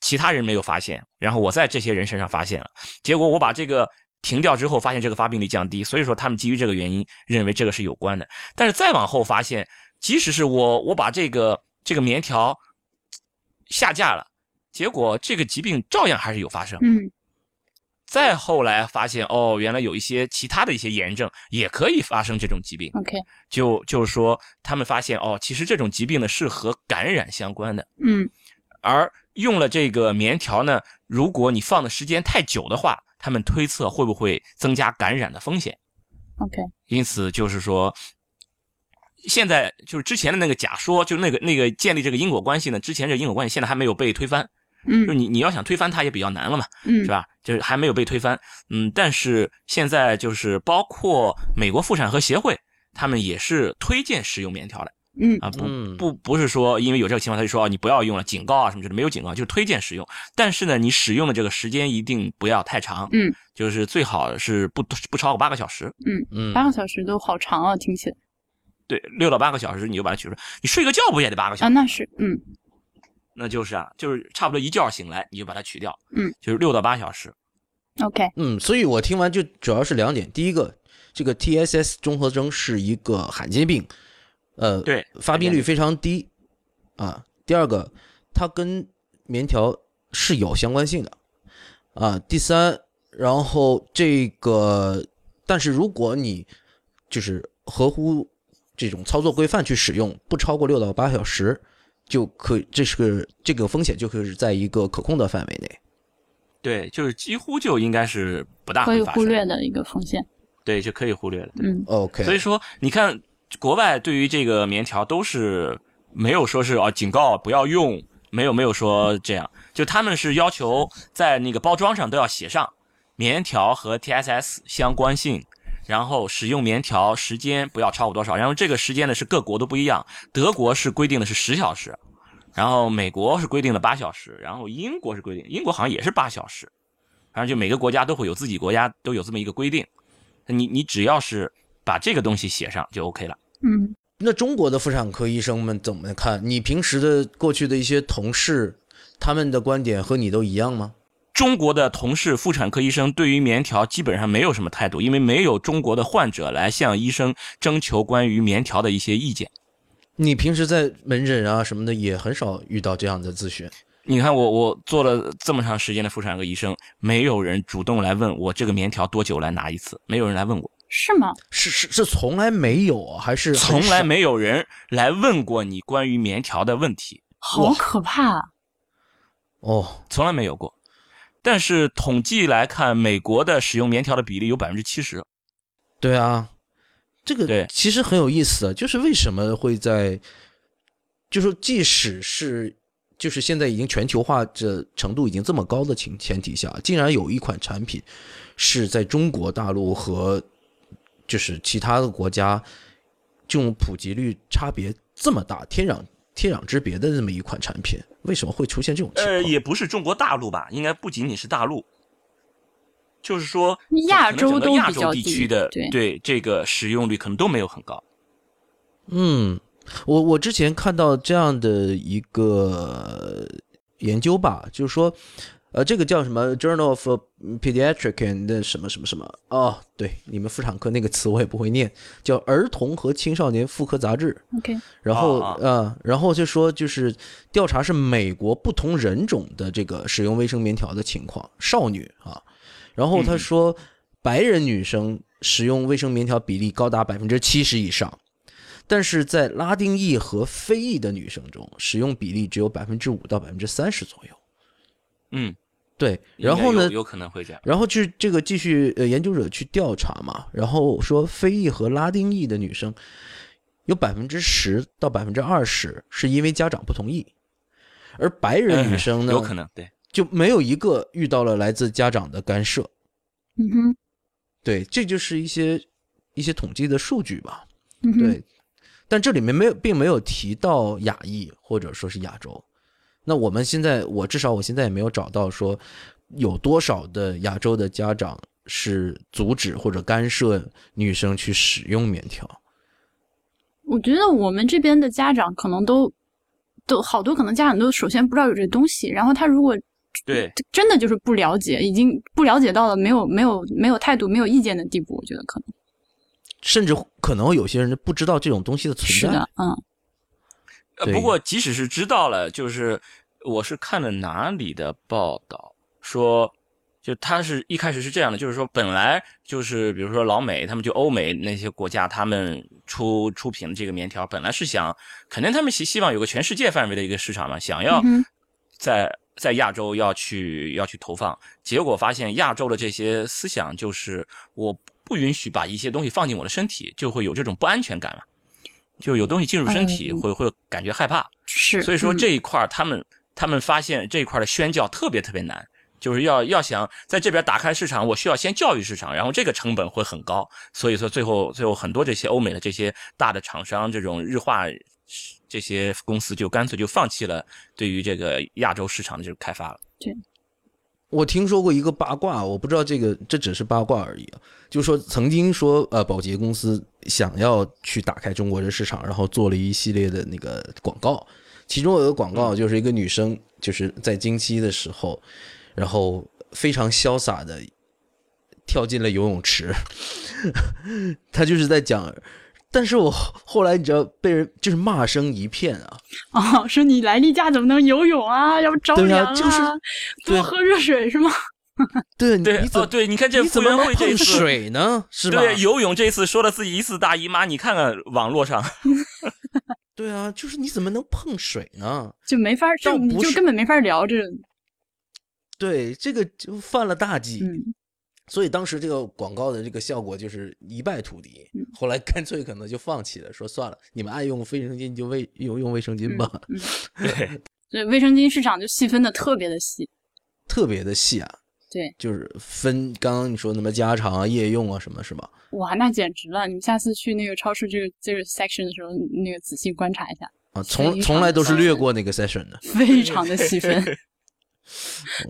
Speaker 2: 其他人没有发现，然后我在这些人身上发现了。结果我把这个停掉之后，发现这个发病率降低，所以说他们基于这个原因认为这个是有关的。但是再往后发现，即使是我我把这个这个棉条下架了，结果这个疾病照样还是有发生。
Speaker 3: 嗯
Speaker 2: 再后来发现，哦，原来有一些其他的一些炎症也可以发生这种疾病，
Speaker 3: OK，
Speaker 2: 就就是说他们发现，哦，其实这种疾病呢是和感染相关的。
Speaker 3: 嗯
Speaker 2: 而用了这个棉条呢，如果你放的时间太久的话，他们推测会不会增加感染的风险。
Speaker 3: OK，
Speaker 2: 因此就是说，现在就是之前的那个假说，就那个那个建立这个因果关系呢，之前这个因果关系现在还没有被推翻，就
Speaker 3: 嗯
Speaker 2: 你你要想推翻它也比较难了嘛，
Speaker 3: 嗯
Speaker 2: 是吧？就是还没有被推翻，嗯，但是现在就是包括美国妇产科协会，他们也是推荐使用棉条的。
Speaker 3: 嗯
Speaker 2: 啊，不
Speaker 1: 嗯
Speaker 2: 不不是说因为有这个情况他就说啊你不要用了，警告啊什么之类的，没有警告，就是推荐使用。但是呢，你使用的这个时间一定不要太长，
Speaker 3: 嗯，
Speaker 2: 就是最好是不不超过八个小时，
Speaker 1: 嗯
Speaker 3: 八个小时都好长啊，听起来
Speaker 2: 对，六到八个小时你就把它取出来。你睡个觉不也得八个小时？
Speaker 3: 啊，那是嗯
Speaker 2: 那就是啊，就是差不多一觉醒来你就把它取掉，
Speaker 3: 嗯，
Speaker 2: 就是六到八小时。
Speaker 3: OK，
Speaker 1: 嗯，所以我听完就主要是两点，第一个，这个 TSS 综合征是一个罕见病，呃，
Speaker 2: 对
Speaker 1: 发病率非常低啊。第二个，它跟棉条是有相关性的啊。第三，然后这个，但是如果你就是合乎这种操作规范去使用，不超过六到八小时，就可以，这是个这个风险就可以是在一个可控的范围内。
Speaker 2: 对，就是几乎就应该是不大
Speaker 3: 可以
Speaker 2: 会发生，
Speaker 3: 忽略的一个风险，
Speaker 2: 对，就可以忽略了。
Speaker 3: 嗯
Speaker 1: OK，
Speaker 2: 所以说，你哦看国外对于这个棉条都是没有说是啊警告不要用，没有没有说这样，就他们是要求在那个包装上都要写上棉条和 TSS 相关性，然后使用棉条时间不要超过多少，然后这个时间呢是各国都不一样，德国是规定的是十小时，然后美国是规定的八小时，然后英国是规定，英国好像也是八小时，反正就每个国家都会有自己国家都有这么一个规定，你你只要是把这个东西写上就 OK 了。
Speaker 3: 嗯，
Speaker 1: 那中国的妇产科医生们怎么看？你平时的过去的一些同事，他们的观点和你都一样吗？
Speaker 2: 中国的同事妇产科医生对于棉条基本上没有什么态度，因为没有中国的患者来向医生征求关于棉条的一些意见。
Speaker 1: 你平时在门诊啊什么的也很少遇到这样的咨询。
Speaker 2: 你看我，我做了这么长时间的妇产科医生，没有人主动来问我这个棉条多久来拿一次，没有人来问我，
Speaker 3: 是吗？
Speaker 1: 是是是从来没有啊，还是很
Speaker 2: 从来
Speaker 1: 少
Speaker 2: 没有人来问过你关于棉条的问题，
Speaker 3: 好可怕、啊！
Speaker 1: 哦，
Speaker 2: 从来没有过。但是统计来看，美国的使用棉条的比例有百分之七十，
Speaker 1: 对啊，这
Speaker 2: 对
Speaker 1: 个其实很有意思的，啊就是为什么会在，就说即使是就是现在已经全球化这程度已经这么高的情前提下，竟然有一款产品是在中国大陆和就是其他的国家这种普及率差别这么大，天壤天壤之别的这么一款产品，为什么会出现这种情况？
Speaker 2: 呃，也不是中国大陆吧，应该不仅仅是大陆，就是说
Speaker 3: 亚
Speaker 2: 可能
Speaker 3: 洲
Speaker 2: 整个
Speaker 3: 都
Speaker 2: 亚
Speaker 3: 比较
Speaker 2: 洲地
Speaker 3: 低
Speaker 2: 区的
Speaker 3: 对
Speaker 2: 这个使用率可能都没有很高。
Speaker 1: 嗯，我我之前看到这样的一个呃研究吧，就是说，呃，这个叫什么《Journal of Pediatric and 什么什么什么》哦，对，你们妇产科那个词我也不会念，叫《儿童和青少年妇科杂志》。
Speaker 3: OK，
Speaker 1: 然后
Speaker 2: 啊啊
Speaker 1: 呃，然后就说就是调查是美国不同人种的这个使用卫生棉条的情况，少女啊，然后
Speaker 2: 嗯
Speaker 1: 他说白人女生使用卫生棉条比例高达百分之七十以上，但是在拉丁裔和非裔的女生中，使用比例只有百分之五到百分之三十左右。
Speaker 2: 嗯，
Speaker 1: 对，然后呢
Speaker 2: 应该有，有可能会这样。
Speaker 1: 然后去这个继续呃研究者去调查嘛，然后说非裔和拉丁裔的女生有百分之十到百分之二十是因为家长不同意，而白人女生呢、
Speaker 2: 哎嗯有可能对，
Speaker 1: 就没有一个遇到了来自家长的干涉。
Speaker 3: 嗯哼，
Speaker 1: 对，这就是一些一些统计的数据吧。
Speaker 3: 嗯哼，
Speaker 1: 对，但这里面没有并没有提到亚裔或者说是亚洲。那我们现在，我至少我现在也没有找到说有多少的亚洲的家长是阻止或者干涉女生去使用棉条。
Speaker 3: 我觉得我们这边的家长可能都都好多，可能家长都首先不知道有这东西，然后他如果
Speaker 2: 对
Speaker 3: 真的就是不了解，已经不了解到了没有没有没有态度、没有意见的地步，我觉得可能
Speaker 1: 甚至可能有些人不知道这种东西的
Speaker 3: 是
Speaker 1: 存在
Speaker 3: 的，，嗯，
Speaker 2: 呃
Speaker 1: 对
Speaker 2: 不过即使是知道了，就是我是看了哪里的报道说。就他是一开始是这样的，就是说本来就是比如说老美他们就欧美那些国家，他们出出品的这个棉条，本来是想肯定他们希希望有个全世界范围的一个市场嘛，想要
Speaker 3: 嗯哼
Speaker 2: 在在亚洲要去要去投放，结果发现亚洲的这些思想就是我不允许把一些东西放进我的身体，就会有这种不安全感嘛，就有东西进入身体
Speaker 3: 嗯
Speaker 2: 会会感觉害怕，
Speaker 3: 是，
Speaker 2: 所以说
Speaker 3: 嗯
Speaker 2: 这一块儿他们他们发现这一块儿的宣教特别特别难。就是要要想在这边打开市场，我需要先教育市场，然后这个成本会很高，所以说最后最后很多这些欧美的这些大的厂商，这种日化这些公司就干脆就放弃了对于这个亚洲市场的这个开发了。
Speaker 1: 我听说过一个八卦，我不知道这个这只是八卦而已啊，就说曾经说呃，宝洁公司想要去打开中国的市场，然后做了一系列的那个广告，其中有一个广告就是一个女生就是在经期的时候，然后非常潇洒的跳进了游泳池， 她就是在讲，但是我后来你知道被人就是骂声一片啊，
Speaker 3: 哦，说你来例假怎么能游泳啊？要不着
Speaker 1: 对
Speaker 3: 凉
Speaker 1: 啊就是对
Speaker 3: 多喝热水是吗？
Speaker 1: 对，
Speaker 2: 对，
Speaker 1: 你怎
Speaker 2: 哦，
Speaker 1: 么、
Speaker 2: 对，你看这
Speaker 1: 你怎么
Speaker 2: 傅园
Speaker 1: 能
Speaker 2: 慧这
Speaker 1: 碰
Speaker 2: 次，
Speaker 1: 水呢？是吧？
Speaker 2: 对游泳这次说了自己疑似大姨妈，你看看网络上，
Speaker 1: 对啊，就是你怎么能碰水呢？
Speaker 3: 就没法，就
Speaker 1: 倒
Speaker 3: 你
Speaker 1: 不
Speaker 3: 就是根本没法聊这，
Speaker 1: 对，这个就犯了大忌，
Speaker 3: 嗯，
Speaker 1: 所以当时这个广告的这个效果就是一败涂地。
Speaker 3: 嗯
Speaker 1: 后来干脆可能就放弃了，说算了，你们爱用卫生巾就卫用用卫生巾吧。
Speaker 3: 嗯嗯
Speaker 2: 对，
Speaker 3: 所以卫生巾市场就细分的特别的细。
Speaker 1: 特别的细啊。
Speaker 3: 对，
Speaker 1: 就是分刚刚你说什么家常啊、夜用啊什么，是吧？
Speaker 3: 哇，那简直了！你们下次去那个超市这个这个 section 的时候，那个仔细观察一下，
Speaker 1: 啊，
Speaker 3: 所以
Speaker 1: 从从来都是
Speaker 3: 上
Speaker 1: 略过那个 session 的。
Speaker 3: 非常的细分。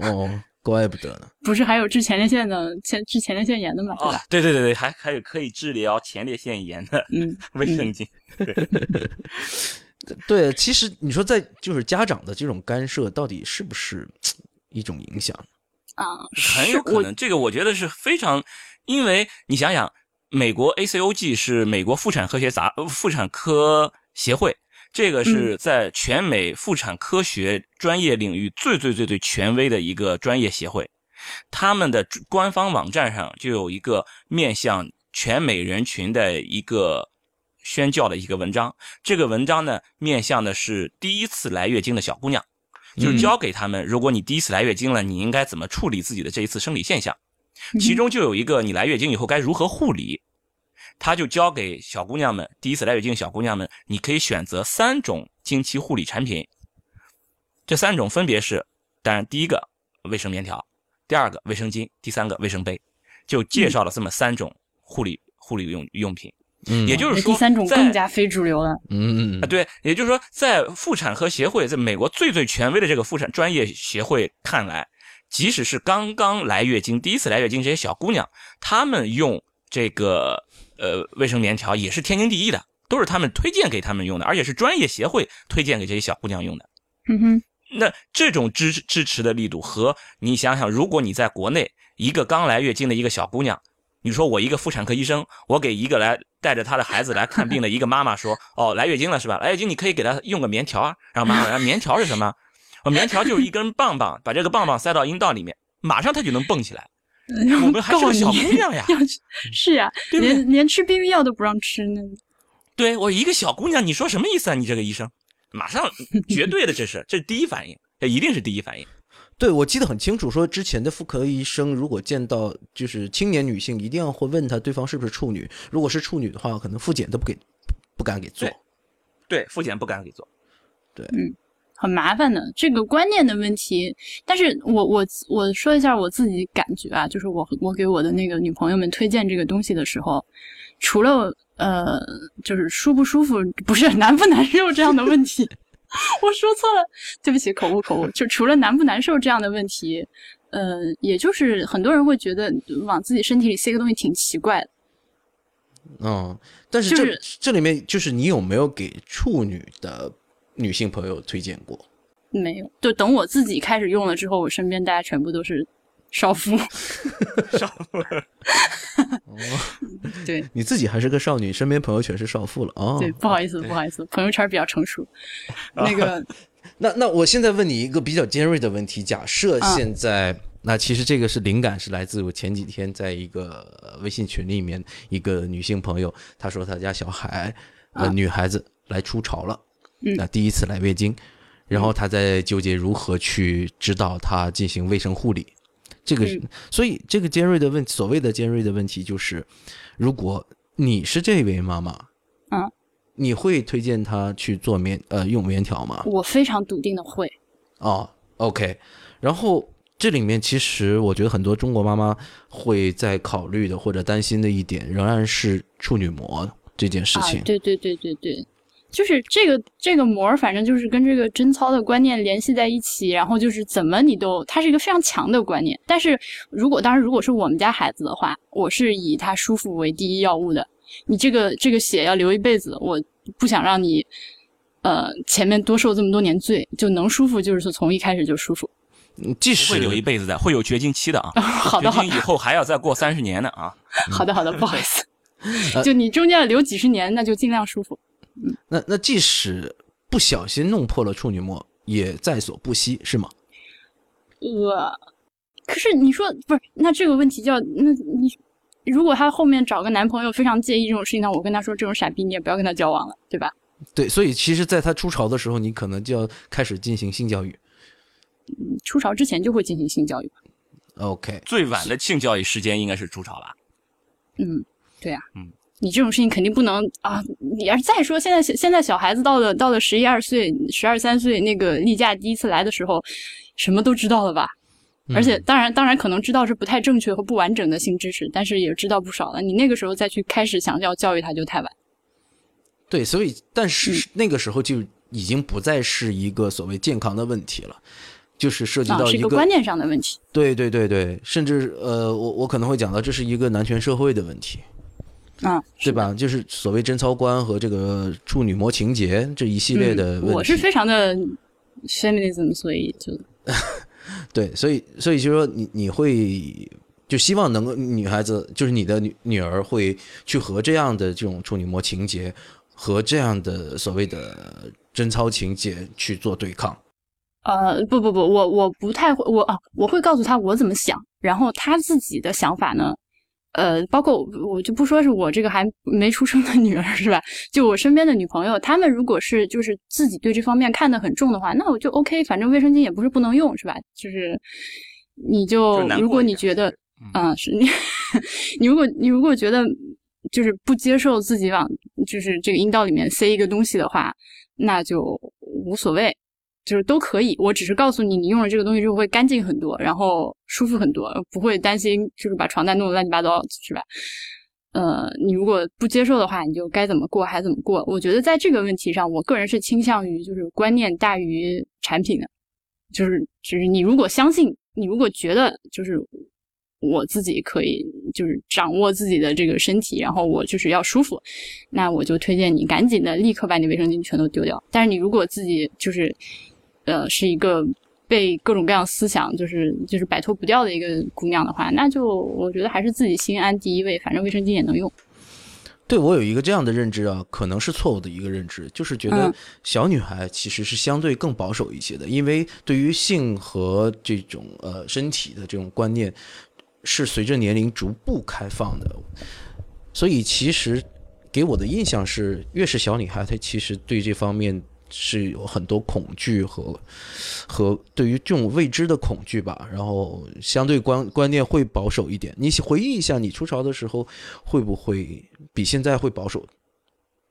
Speaker 1: 哦，怪不得呢。
Speaker 3: 不是还有治前列腺的前治前列腺炎的嘛，对
Speaker 2: 啊
Speaker 3: 吧？，
Speaker 2: 对对对对，还还有可以治疗前列腺炎的
Speaker 3: 嗯，
Speaker 2: 卫生巾。
Speaker 1: 对，啊其实你说在就是家长的这种干涉，到底是不是一种影响？
Speaker 3: 啊，
Speaker 2: 很有
Speaker 3: 是
Speaker 2: 可能，这个我觉得是非常，因为你想想，美国 ACOG 是美国妇产科学杂呃妇产科协会，这个是在全美妇产科学专业领域最最最最权威的一个专业协会，他们的主官方网站上就有一个面向全美人群的一个宣教的一个文章，这个文章呢面向的是第一次来月经的小姑娘。就是
Speaker 1: 嗯
Speaker 2: 教给他们，如果你第一次来月经了，你应该怎么处理自己的这一次生理现象。
Speaker 3: 嗯
Speaker 2: 其中就有一个你来月经以后该如何护理，他就教给小姑娘们，第一次来月经的小姑娘们，你可以选择三种经期护理产品，这三种分别是，当然第一个卫生棉条，第二个卫生巾，第三个卫生杯，就
Speaker 3: 嗯
Speaker 2: 介绍了这么三种护理护理用用品，
Speaker 1: 嗯
Speaker 2: 也就是说
Speaker 3: 第三种
Speaker 2: 在
Speaker 3: 更加非主流了。
Speaker 1: 嗯
Speaker 2: 啊，，对，也就是说，在妇产科协会，在美国最最权威的这个妇产专业协会看来，即使是刚刚来月经、第一次来月经这些小姑娘，她们用这个呃卫生棉条也是天经地义的，都是他们推荐给她们用的，而且是专业协会推荐给这些小姑娘用的。
Speaker 3: 嗯哼，
Speaker 2: 那这种支持支持的力度和你想想，如果你在国内一个刚来月经的一个小姑娘，你说我一个妇产科医生，我给一个来带着她的孩子来看病的一个妈妈说，哦，来月经了是吧？来月经你可以给她用个棉条啊，然后妈妈，然后棉条是什么？哦，棉条就是一根棒棒，把这个棒棒塞到阴道里面，马上她就能蹦起来。我们还是
Speaker 3: 告
Speaker 2: 个
Speaker 3: 你，
Speaker 2: 小姑娘呀
Speaker 3: 要去是呀，
Speaker 2: 对不对？
Speaker 3: 连连吃避孕药都不让吃呢。
Speaker 2: 对我一个小姑娘，你说什么意思啊？你这个医生，马上绝对的，这是这是第一反应，这一定是第一反应。
Speaker 1: 对，我记得很清楚，说之前的妇科医生如果见到就是青年女性，一定要会问她对方是不是处女，如果是处女的话，可能复检都不给不敢给做
Speaker 2: 对。对，复检不敢给做。
Speaker 3: 很麻烦的这个观念的问题，但是我我我说一下我自己感觉啊，就是我我给我的那个女朋友们推荐这个东西的时候，除了呃，就是舒不舒服，不是难不难受这样的问题， 我说错了，对不起，口误口误，就除了难不难受这样的问题，呃，也就是很多人会觉得往自己身体里塞个东西挺奇怪的，
Speaker 1: 嗯，但是
Speaker 3: 就
Speaker 1: 这、
Speaker 3: 是
Speaker 1: 这里面就是你有没有给处女的女性朋友推荐过？
Speaker 3: 没有，就等我自己开始用了之后，我身边大家全部都是少妇，
Speaker 2: 少妇， 哦
Speaker 3: 对。
Speaker 1: 你自己还是个少女，身边朋友全是少妇了啊。
Speaker 3: 对，不好意思，
Speaker 2: 哦对啊
Speaker 3: 不好意思，朋友圈比较成熟。那个，
Speaker 1: 那那我现在问你一个比较尖锐的问题：假设
Speaker 3: 嗯
Speaker 1: 现在，那其实这个是灵感，是来自我前几天在一个呃微信群里面，一个女性朋友，她说她家小孩，呃，女孩子来初潮了，
Speaker 3: 嗯
Speaker 1: 那第一次来月经，然后她在纠结如何去指导她进行卫生护理。这个
Speaker 3: 嗯
Speaker 1: 是，所以这个尖锐的问，所谓的尖锐的问题就是，如果你是这位妈妈，
Speaker 3: 嗯，
Speaker 1: 你会推荐她去做棉呃用棉条吗？
Speaker 3: 我非常笃定的会，
Speaker 1: 哦，OK。然后这里面其实我觉得很多中国妈妈会在考虑的或者担心的一点，仍然是处女膜这件事情。
Speaker 3: 啊。对对对对对，就是这个这个膜儿，反正就是跟这个贞操的观念联系在一起，然后就是怎么你都，它是一个非常强的观念。但是如果当然，如果是我们家孩子的话，我是以他舒服为第一要务的。你这个这个血要流一辈子，我不想让你。呃，前面多受这么多年罪，就能舒服，就是从一开始就舒服。
Speaker 1: 嗯即
Speaker 2: 不
Speaker 1: 使
Speaker 2: 会留一辈子的，会有绝经期的啊。
Speaker 3: 好的，好
Speaker 2: 绝
Speaker 3: 的
Speaker 2: 经以，后还要再过三十年呢啊。
Speaker 3: 好的，好的，不好意思。就你中间留几十年，那就尽量舒服。
Speaker 1: 那那即使不小心弄破了处女膜，也在所不惜，是吗？
Speaker 3: 呃，可是你说不是？那这个问题叫那你如果她后面找个男朋友非常介意这种事情，那我跟她说这种傻逼你也不要跟他交往了，对吧？
Speaker 1: 对，所以其实，在她初潮的时候，你可能就要开始进行性教育。
Speaker 3: 嗯出潮之前就会进行性教育。
Speaker 1: OK，
Speaker 2: 最晚的性教育时间应该是初潮吧？
Speaker 3: 嗯，对呀、
Speaker 2: 嗯，
Speaker 3: 你这种事情肯定不能啊！你而再说，现在现在小孩子到了到了十一二岁、十二三岁，那个例假第一次来的时候，什么都知道了吧？而且当然当然可能知道是不太正确和不完整的新知识，但是也知道不少了。你那个时候再去开始想要教育他就太晚。
Speaker 1: 对，所以但
Speaker 3: 嗯
Speaker 1: 是那个时候就已经不再是一个所谓健康的问题了，就是涉及
Speaker 3: 啊，
Speaker 1: 到
Speaker 3: 是
Speaker 1: 一
Speaker 3: 一个
Speaker 1: 个
Speaker 3: 观念上的问题。
Speaker 1: 对对对对，甚至呃，我我可能会讲到这是一个男权社会的问题，
Speaker 3: 啊，
Speaker 1: 对吧？就是所谓贞操观和这个处女膜情节这一系列的问题。
Speaker 3: 嗯我是非常的 feminism，所以就
Speaker 1: 对，所以所以就说你你会就希望能够女孩子就是你的女女儿会去和这样的这种处女膜情节和这样的所谓的贞操情节去做对抗。
Speaker 3: 呃，不不不，我我不太会，我啊，我会告诉他我怎么想，然后他自己的想法呢，呃，包括我我就不说是我这个还没出生的女儿是吧？就我身边的女朋友，她们如果是就是自己对这方面看得很重的话，那我就 OK，反正卫生巾也不是不能用是吧？就是你
Speaker 2: 就
Speaker 3: 就是
Speaker 2: 难
Speaker 3: 如
Speaker 2: 过
Speaker 3: 果
Speaker 2: 一
Speaker 3: 你
Speaker 2: 点
Speaker 3: 觉得
Speaker 2: 嗯
Speaker 3: 啊、是你 你如果你如果觉得就是不接受自己往就是这个阴道里面塞一个东西的话，那就无所谓。就是都可以，我只是告诉你，你用了这个东西之后会干净很多，然后舒服很多，不会担心就是把床单弄得乱七八糟，是吧？呃，你如果不接受的话，你就该怎么过还怎么过。我觉得在这个问题上，我个人是倾向于就是观念大于产品的，就是就是你如果相信，你如果觉得就是我自己可以就是掌握自己的这个身体，然后我就是要舒服，那我就推荐你赶紧的立刻把你卫生巾全都丢掉。但是你如果自己就是，呃，是一个被各种各样思想就是就是摆脱不掉的一个姑娘的话，那就我觉得还是自己心安第一位，反正卫生巾也能用。
Speaker 1: 对我有一个这样的认知啊，可能是错误的一个认知，就是觉得
Speaker 3: 嗯
Speaker 1: 小女孩其实是相对更保守一些的，因为对于性和这种呃身体的这种观念是随着年龄逐步开放的，所以其实给我的印象是，越是小女孩，她其实对这方面是有很多恐惧和和对于这种未知的恐惧吧，然后相对观观念会保守一点。你回忆一下，你出潮的时候会不会比现在会保守？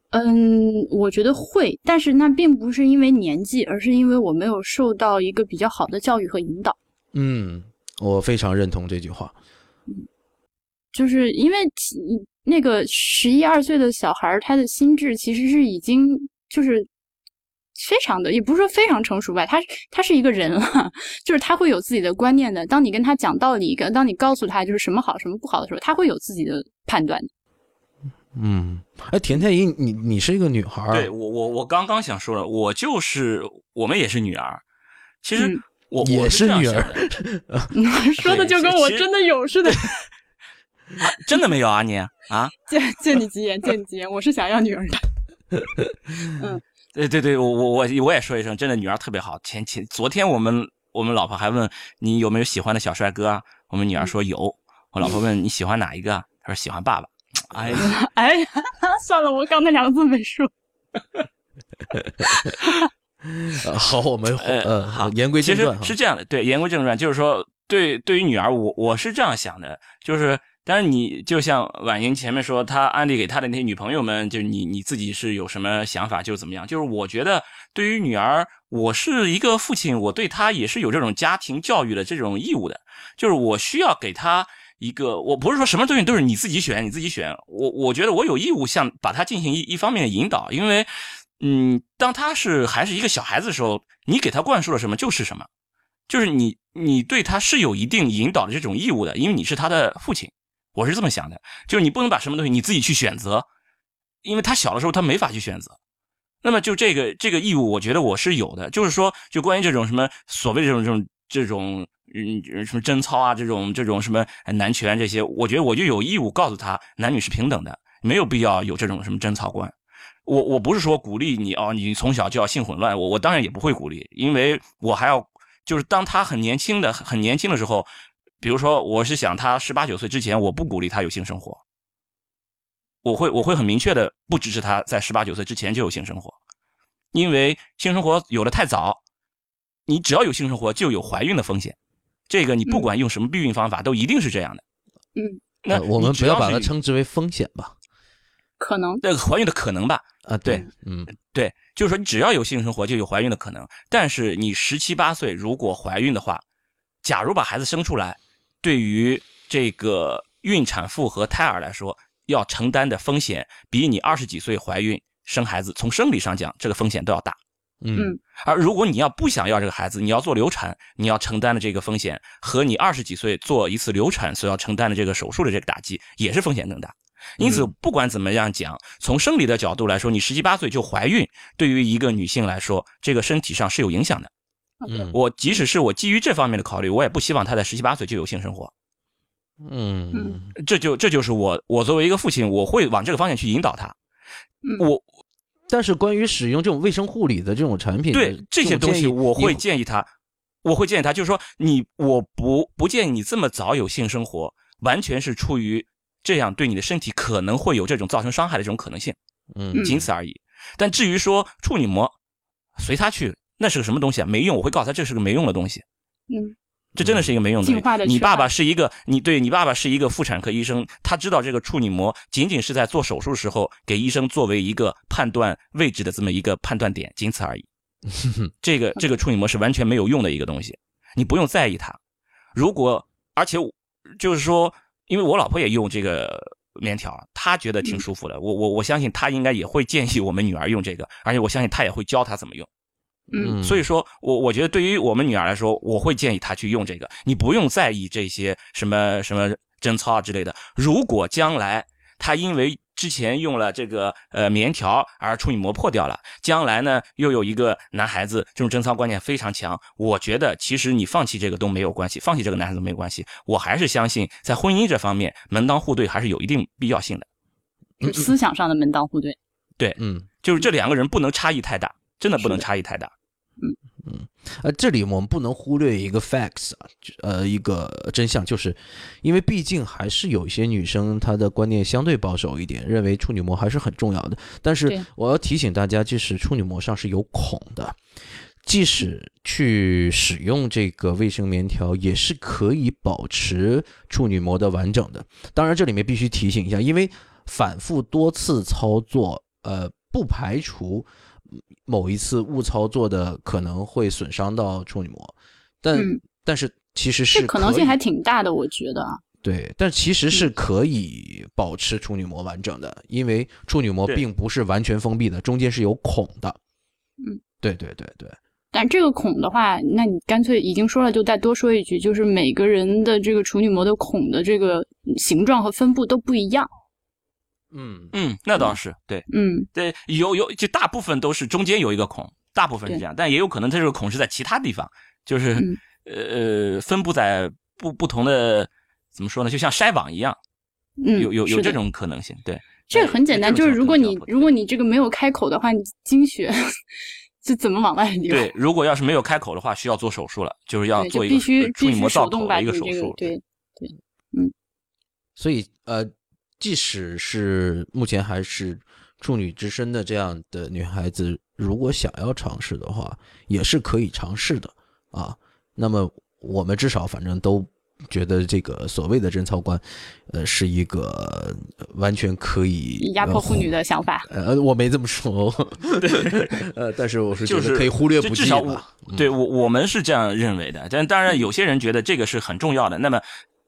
Speaker 3: 嗯，我觉得会，但是那并不是因为年纪，而是因为我没有受到一个比较好的教育和引导。
Speaker 1: 嗯，我非常认同这句话。
Speaker 3: 就是因为其那个十一二岁的小孩儿，他的心智其实是已经就是非常的，也不是说非常成熟吧，他是他是一个人了，就是他会有自己的观念的。当你跟他讲道理，跟当你告诉他就是什么好什么不好的时候，他会有自己的判断的。
Speaker 1: 嗯，哎，甜甜一，你你是一个女孩
Speaker 3: 啊
Speaker 1: 儿，啊
Speaker 2: 对我我我刚刚想说了，我就是我们也是女儿，其实
Speaker 3: 嗯
Speaker 2: 我、
Speaker 1: 也
Speaker 2: 我
Speaker 1: 是
Speaker 2: 这样
Speaker 1: 女
Speaker 2: 想
Speaker 1: 儿
Speaker 2: 的，
Speaker 3: 说的就 跟
Speaker 2: 其
Speaker 3: 我
Speaker 2: 其
Speaker 3: 真的有似的，
Speaker 2: 真的没有啊你啊，
Speaker 3: 借借你吉言，借你吉言，我是想要女儿的。
Speaker 2: 对对对，我我我我也说一声，真的女儿特别好。前前昨天我们我们老婆还问你有没有喜欢的小帅哥啊，我们女
Speaker 3: 嗯
Speaker 2: 儿说有。我老婆问你喜欢哪一个啊，她说喜欢爸爸。哎呀，
Speaker 3: 哎呀， 算了，我刚才两个字没说。
Speaker 1: 呃好，我们
Speaker 2: 呃
Speaker 1: 呃，
Speaker 2: 好
Speaker 1: 言归
Speaker 2: 其
Speaker 1: 正
Speaker 2: 实
Speaker 1: 传哈。
Speaker 2: 是这样的，对，言归正传，就是说，对对于女儿，我我是这样想的，就是，但是你就像婉莹前面说，她安利给她的那些女朋友们，就是你你自己是有什么想法，就是怎么样，就是我觉得对于女儿，我是一个父亲，我对她也是有这种家庭教育的这种义务的，就是我需要给她。一个，我不是说什么东西都是你自己选，你自己选。我我觉得我有义务向把她进行一一方面的引导，因为，嗯，当她是还是一个小孩子的时候，你给她灌输了什么就是什么。就是你你对他是有一定引导的这种义务的，因为你是他的父亲，我是这么想的。就是你不能把什么东西你自己去选择，因为他小的时候他没法去选择。那么就这个这个义务，我觉得我是有的。就是说，就关于这种什么所谓这种这种这种嗯什么贞操啊，这种这种什么男权这些，我觉得我就有义务告诉他，男女是平等的，没有必要有这种什么贞操观。我我不是说鼓励你哦，你从小就要性混乱，我我当然也不会鼓励，因为我还要就是当他很年轻的很年轻的时候，比如说我是想他十八九岁之前，我不鼓励他有性生活，我会我会很明确的不支持他在十八九岁之前就有性生活，因为性生活有的太早，你只要有性生活就有怀孕的风险，这个你不管用什么避孕方法都一定是这样的。
Speaker 3: 嗯，
Speaker 2: 那
Speaker 1: 呃我们
Speaker 2: 你只
Speaker 1: 不要
Speaker 2: 是
Speaker 1: 把它
Speaker 2: 你
Speaker 1: 称之为风险吧。
Speaker 3: 可能
Speaker 2: 那个怀孕的可能吧，
Speaker 1: 啊，
Speaker 2: 对，
Speaker 1: 嗯，
Speaker 2: 对，就是说你只要有性生活就有怀孕的可能，但是你十七八岁如果怀孕的话，假如把孩子生出来，对于这个孕产妇和胎儿来说，要承担的风险比你二十几岁怀孕生孩子从生理上讲这个风险都要大。
Speaker 1: 嗯
Speaker 3: 嗯
Speaker 2: 而如果你要不想要这个孩子，你要做流产，你要承担的这个风险和你二十几岁做一次流产所要承担的这个手术的这个打击，也是风险更大。因此，
Speaker 3: 嗯
Speaker 2: 不管怎么样讲，从生理的角度来说，你十七八岁就怀孕，对于一个女性来说，这个身体上是有影响的。
Speaker 1: 嗯
Speaker 2: 我即使是我基于这方面的考虑，我也不希望她在十七八岁就有性生活。
Speaker 1: 嗯嗯
Speaker 3: 嗯
Speaker 2: 这就这就是我，我作为一个父亲，我会往这个方向去引导她。
Speaker 3: 嗯，
Speaker 2: 我
Speaker 1: 但是关于使用这种卫生护理的这种产品的
Speaker 2: 对这些
Speaker 1: 种
Speaker 2: 东
Speaker 1: 建
Speaker 2: 西，
Speaker 1: 议
Speaker 2: 我会
Speaker 1: 你
Speaker 2: 建议他，我会建议他，就是说你，我不不建议你这么早有性生活，完全是出于这样对你的身体可能会有这种造成伤害的这种可能性，
Speaker 1: 嗯
Speaker 2: 仅此而已。但至于说处女膜，随他去，那是个什么东西啊？没用，我会告诉他这是个没用的东西。
Speaker 3: 嗯，
Speaker 2: 这真的是一个没用的东西。
Speaker 3: 进化的
Speaker 2: 你
Speaker 3: 缺
Speaker 2: 爸
Speaker 3: 憾
Speaker 2: 爸是一个，你对你爸爸是一个妇产科医生，他知道这个处女膜仅仅是在做手术时候给医生作为一个判断位置的这么一个判断点，仅此而已。这个这个处女膜是完全没有用的一个东西，你不用在意它。如果而且我就是说，因为我老婆也用这个棉条，她觉得
Speaker 3: 嗯
Speaker 2: 挺舒服的。我我我相信她应该也会建议我们女儿用这个，而且我相信她也会教她怎么用。
Speaker 3: 嗯
Speaker 2: 所以说我我觉得对于我们女儿来说，我会建议她去用这个，你不用在意这些什么什么贞操啊之类的。如果将来她因为之前用了这个呃棉条而处女膜破掉了，将来呢又有一个男孩子这种贞操观念非常强，我觉得其实你放弃这个都没有关系，放弃这个男孩子没有关系。我还是相信在婚姻这方面门当户对还是有一定必要性的，
Speaker 3: 是思想上的门当户对。
Speaker 1: 嗯。
Speaker 2: 就是这两个人不能差异太大，真的不能
Speaker 3: 是的
Speaker 2: 差异太大。
Speaker 1: 呃，这里我们不能忽略一个 facts 啊，就呃，一个真相，就是因为毕竟还是有一些女生她的观念相对保守一点，认为处女膜还是很重要的。但是
Speaker 3: 对
Speaker 1: 我要提醒大家，即使处女膜上是有孔的，即使去使用这个卫生棉条，也是可以保持处女膜的完整的。当然，这里面必须提醒一下，因为反复多次操作，呃，不排除某一次误操作的可能会损伤到处女膜，但、
Speaker 3: 嗯
Speaker 1: 但是其实是
Speaker 3: 这可能
Speaker 1: 以
Speaker 3: 性还挺大的，我觉得啊。
Speaker 1: 对，但其实是可以保持处女膜完整的，因为处女膜
Speaker 2: 对
Speaker 1: 并不是完全封闭的，中间是有孔的。
Speaker 3: 嗯，
Speaker 1: 对对对对，
Speaker 3: 但这个孔的话，那你干脆已经说了，就再多说一句，就是每个人的这个处女膜的孔的这个形状和分布都不一样。
Speaker 1: 嗯
Speaker 2: 嗯，那倒是对。
Speaker 3: 嗯，
Speaker 2: 对，有有，就大部分都是中间有一个孔，大部分是这样，但也有可能它这个孔是在其他地方，就是、
Speaker 3: 嗯
Speaker 2: 呃呃分布在不不同的，怎么说呢？就像筛网一样，
Speaker 3: 嗯，
Speaker 2: 有有有
Speaker 3: 是
Speaker 2: 这
Speaker 3: 的。
Speaker 2: 种可能性。对，
Speaker 3: 这个很简单，
Speaker 2: 这
Speaker 3: 就
Speaker 2: 种
Speaker 3: 是如果
Speaker 2: 情况
Speaker 3: 你
Speaker 2: 比较多
Speaker 3: 如果你这个没有开口的话，你经血就怎么往外流？
Speaker 2: 对，如果要是没有开口的话，需要做手术了，就是要
Speaker 3: 对，就
Speaker 2: 做一
Speaker 3: 必
Speaker 2: 个呃
Speaker 3: 须
Speaker 2: 处
Speaker 3: 必
Speaker 2: 女
Speaker 3: 须
Speaker 2: 膜造
Speaker 3: 手
Speaker 2: 口
Speaker 3: 动
Speaker 2: 的
Speaker 3: 把
Speaker 2: 一
Speaker 3: 你
Speaker 2: 个
Speaker 3: 这
Speaker 2: 手
Speaker 3: 个
Speaker 2: 术。
Speaker 3: 对对，
Speaker 1: 所以呃，即使是目前还是处女之身的这样的女孩子，如果想要尝试的话，也是可以尝试的啊。那么我们至少反正都觉得这个所谓的贞操观，呃，是一个呃完全可以
Speaker 3: 压迫
Speaker 1: 呃
Speaker 3: 妇女的想 法。
Speaker 1: 呃，我没这么说， 呃，但是我是觉
Speaker 2: 就
Speaker 1: 得
Speaker 2: 是
Speaker 1: 可以忽略
Speaker 2: 就
Speaker 1: 不
Speaker 2: 至
Speaker 1: 计
Speaker 2: 少我
Speaker 1: 吧。嗯
Speaker 2: 对我我们是这样认为的，但当然有些人觉得这个是很重要的。那么，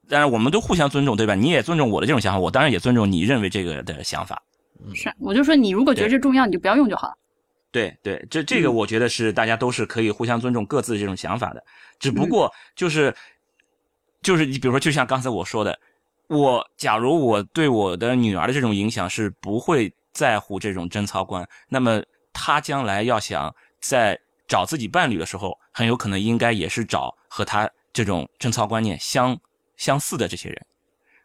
Speaker 2: 当然我们都互相尊重，对吧？你也尊重我的这种想法，我当然也尊重你认为这个的想法。
Speaker 3: 是，我就说你如果觉得
Speaker 2: 对
Speaker 3: 这重要，你就不要用就好了。
Speaker 2: 对对，这这个
Speaker 3: 嗯
Speaker 2: 我觉得是大家都是可以互相尊重各自的这种想法的，只
Speaker 3: 嗯
Speaker 2: 不过就是、就是你比如说，就像刚才我说的，我假如我对我的女儿的这种影响是不会在乎这种贞操观，那么她将来要想在找自己伴侣的时候，很有可能应该也是找和她这种贞操观念相相似的这些人，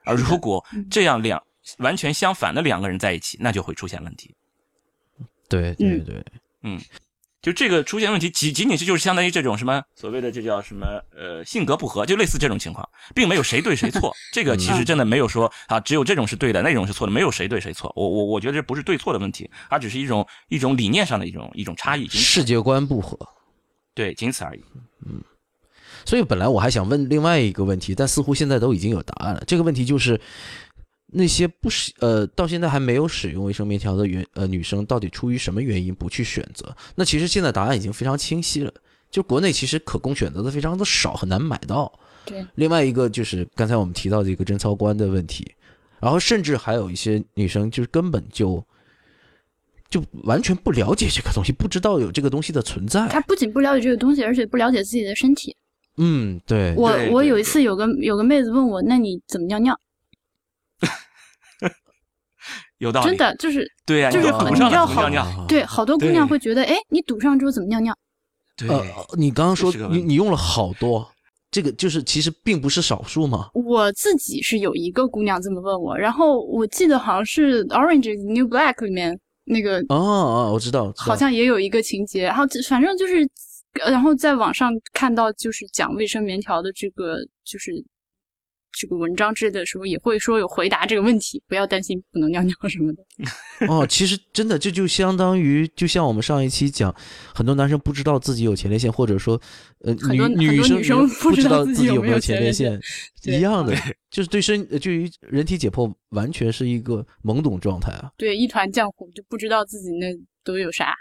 Speaker 2: 而如果
Speaker 3: 嗯
Speaker 2: 这样两完全相反的两个人在一起，那就会出现问题。
Speaker 1: 对对
Speaker 2: 嗯
Speaker 1: 对，
Speaker 2: 就这个出现问题，仅仅仅是就是相当于这种什么所谓的这叫什么呃性格不合，就类似这种情况，并没有谁对谁错。这个
Speaker 1: 嗯
Speaker 2: 其实真的没有说啊，只有这种是对的，那种是错的，没有谁对谁错。我我我觉得这不是对错的问题，而只是一种一种理念上的一种一种差异，仅此
Speaker 1: 世界观不合。
Speaker 2: 对，仅此而已。
Speaker 1: 所以本来我还想问另外一个问题，但似乎现在都已经有答案了。这个问题就是，那些不使呃到现在还没有使用卫生棉条的原呃女生，到底出于什么原因不去选择？那其实现在答案已经非常清晰了，就国内其实可供选择的非常的少，很难买到。
Speaker 3: 对，
Speaker 1: 另外一个就是刚才我们提到的一个贞操观的问题，然后甚至还有一些女生就是根本就就完全不了解这个东西，不知道有这个东西的存
Speaker 3: 他
Speaker 1: 在。
Speaker 3: 不仅不了解这个东西，而且不了解自己的身体。
Speaker 1: 嗯，对，
Speaker 3: 我
Speaker 2: 对
Speaker 3: 我
Speaker 2: 对
Speaker 3: 有一
Speaker 2: 对
Speaker 3: 次有个有个妹子问我，那你怎么尿尿？
Speaker 2: 有道理，
Speaker 3: 真的就是
Speaker 2: 对呀、
Speaker 3: 就是
Speaker 2: 你
Speaker 3: 很
Speaker 2: 堵上
Speaker 3: 比较
Speaker 2: 了，
Speaker 3: 好
Speaker 2: 堵上尿，
Speaker 3: 对，好多姑娘
Speaker 2: 啊对
Speaker 3: 会觉得，哎，你堵上之后怎么尿尿？
Speaker 2: 对，
Speaker 1: 呃，你刚刚说
Speaker 2: 这是个问
Speaker 1: 你
Speaker 2: 题
Speaker 1: 你用了好多，这个就是其实并不是少数嘛。
Speaker 3: 我自己是有一个姑娘这么问我，然后我记得好像是《Orange is the New Black》里面那个
Speaker 1: 哦哦，我知道，我知道
Speaker 3: 好像也有一个情节，然后这反正就是，呃然后在网上看到就是讲卫生棉条的这个就是这个文章之类的时候，也会说有回答这个问题，不要担心不能尿尿什么的。
Speaker 1: 哦，其实真的这就相当于，就像我们上一期讲，很多男生不知道自己有前列腺，或者说，呃，女
Speaker 3: 很多很多
Speaker 1: 生
Speaker 3: 女生
Speaker 1: 不
Speaker 3: 不知道
Speaker 1: 道
Speaker 3: 自己
Speaker 1: 己
Speaker 3: 有
Speaker 1: 有
Speaker 3: 没
Speaker 1: 没
Speaker 3: 有
Speaker 1: 前
Speaker 3: 前
Speaker 1: 列
Speaker 3: 列
Speaker 1: 腺
Speaker 3: 对
Speaker 1: 一样的
Speaker 2: 对，
Speaker 1: 就是对身呃对于人体解剖完全是一个懵懂状态啊。
Speaker 3: 对，一团浆糊，就不知道自己那都有啥。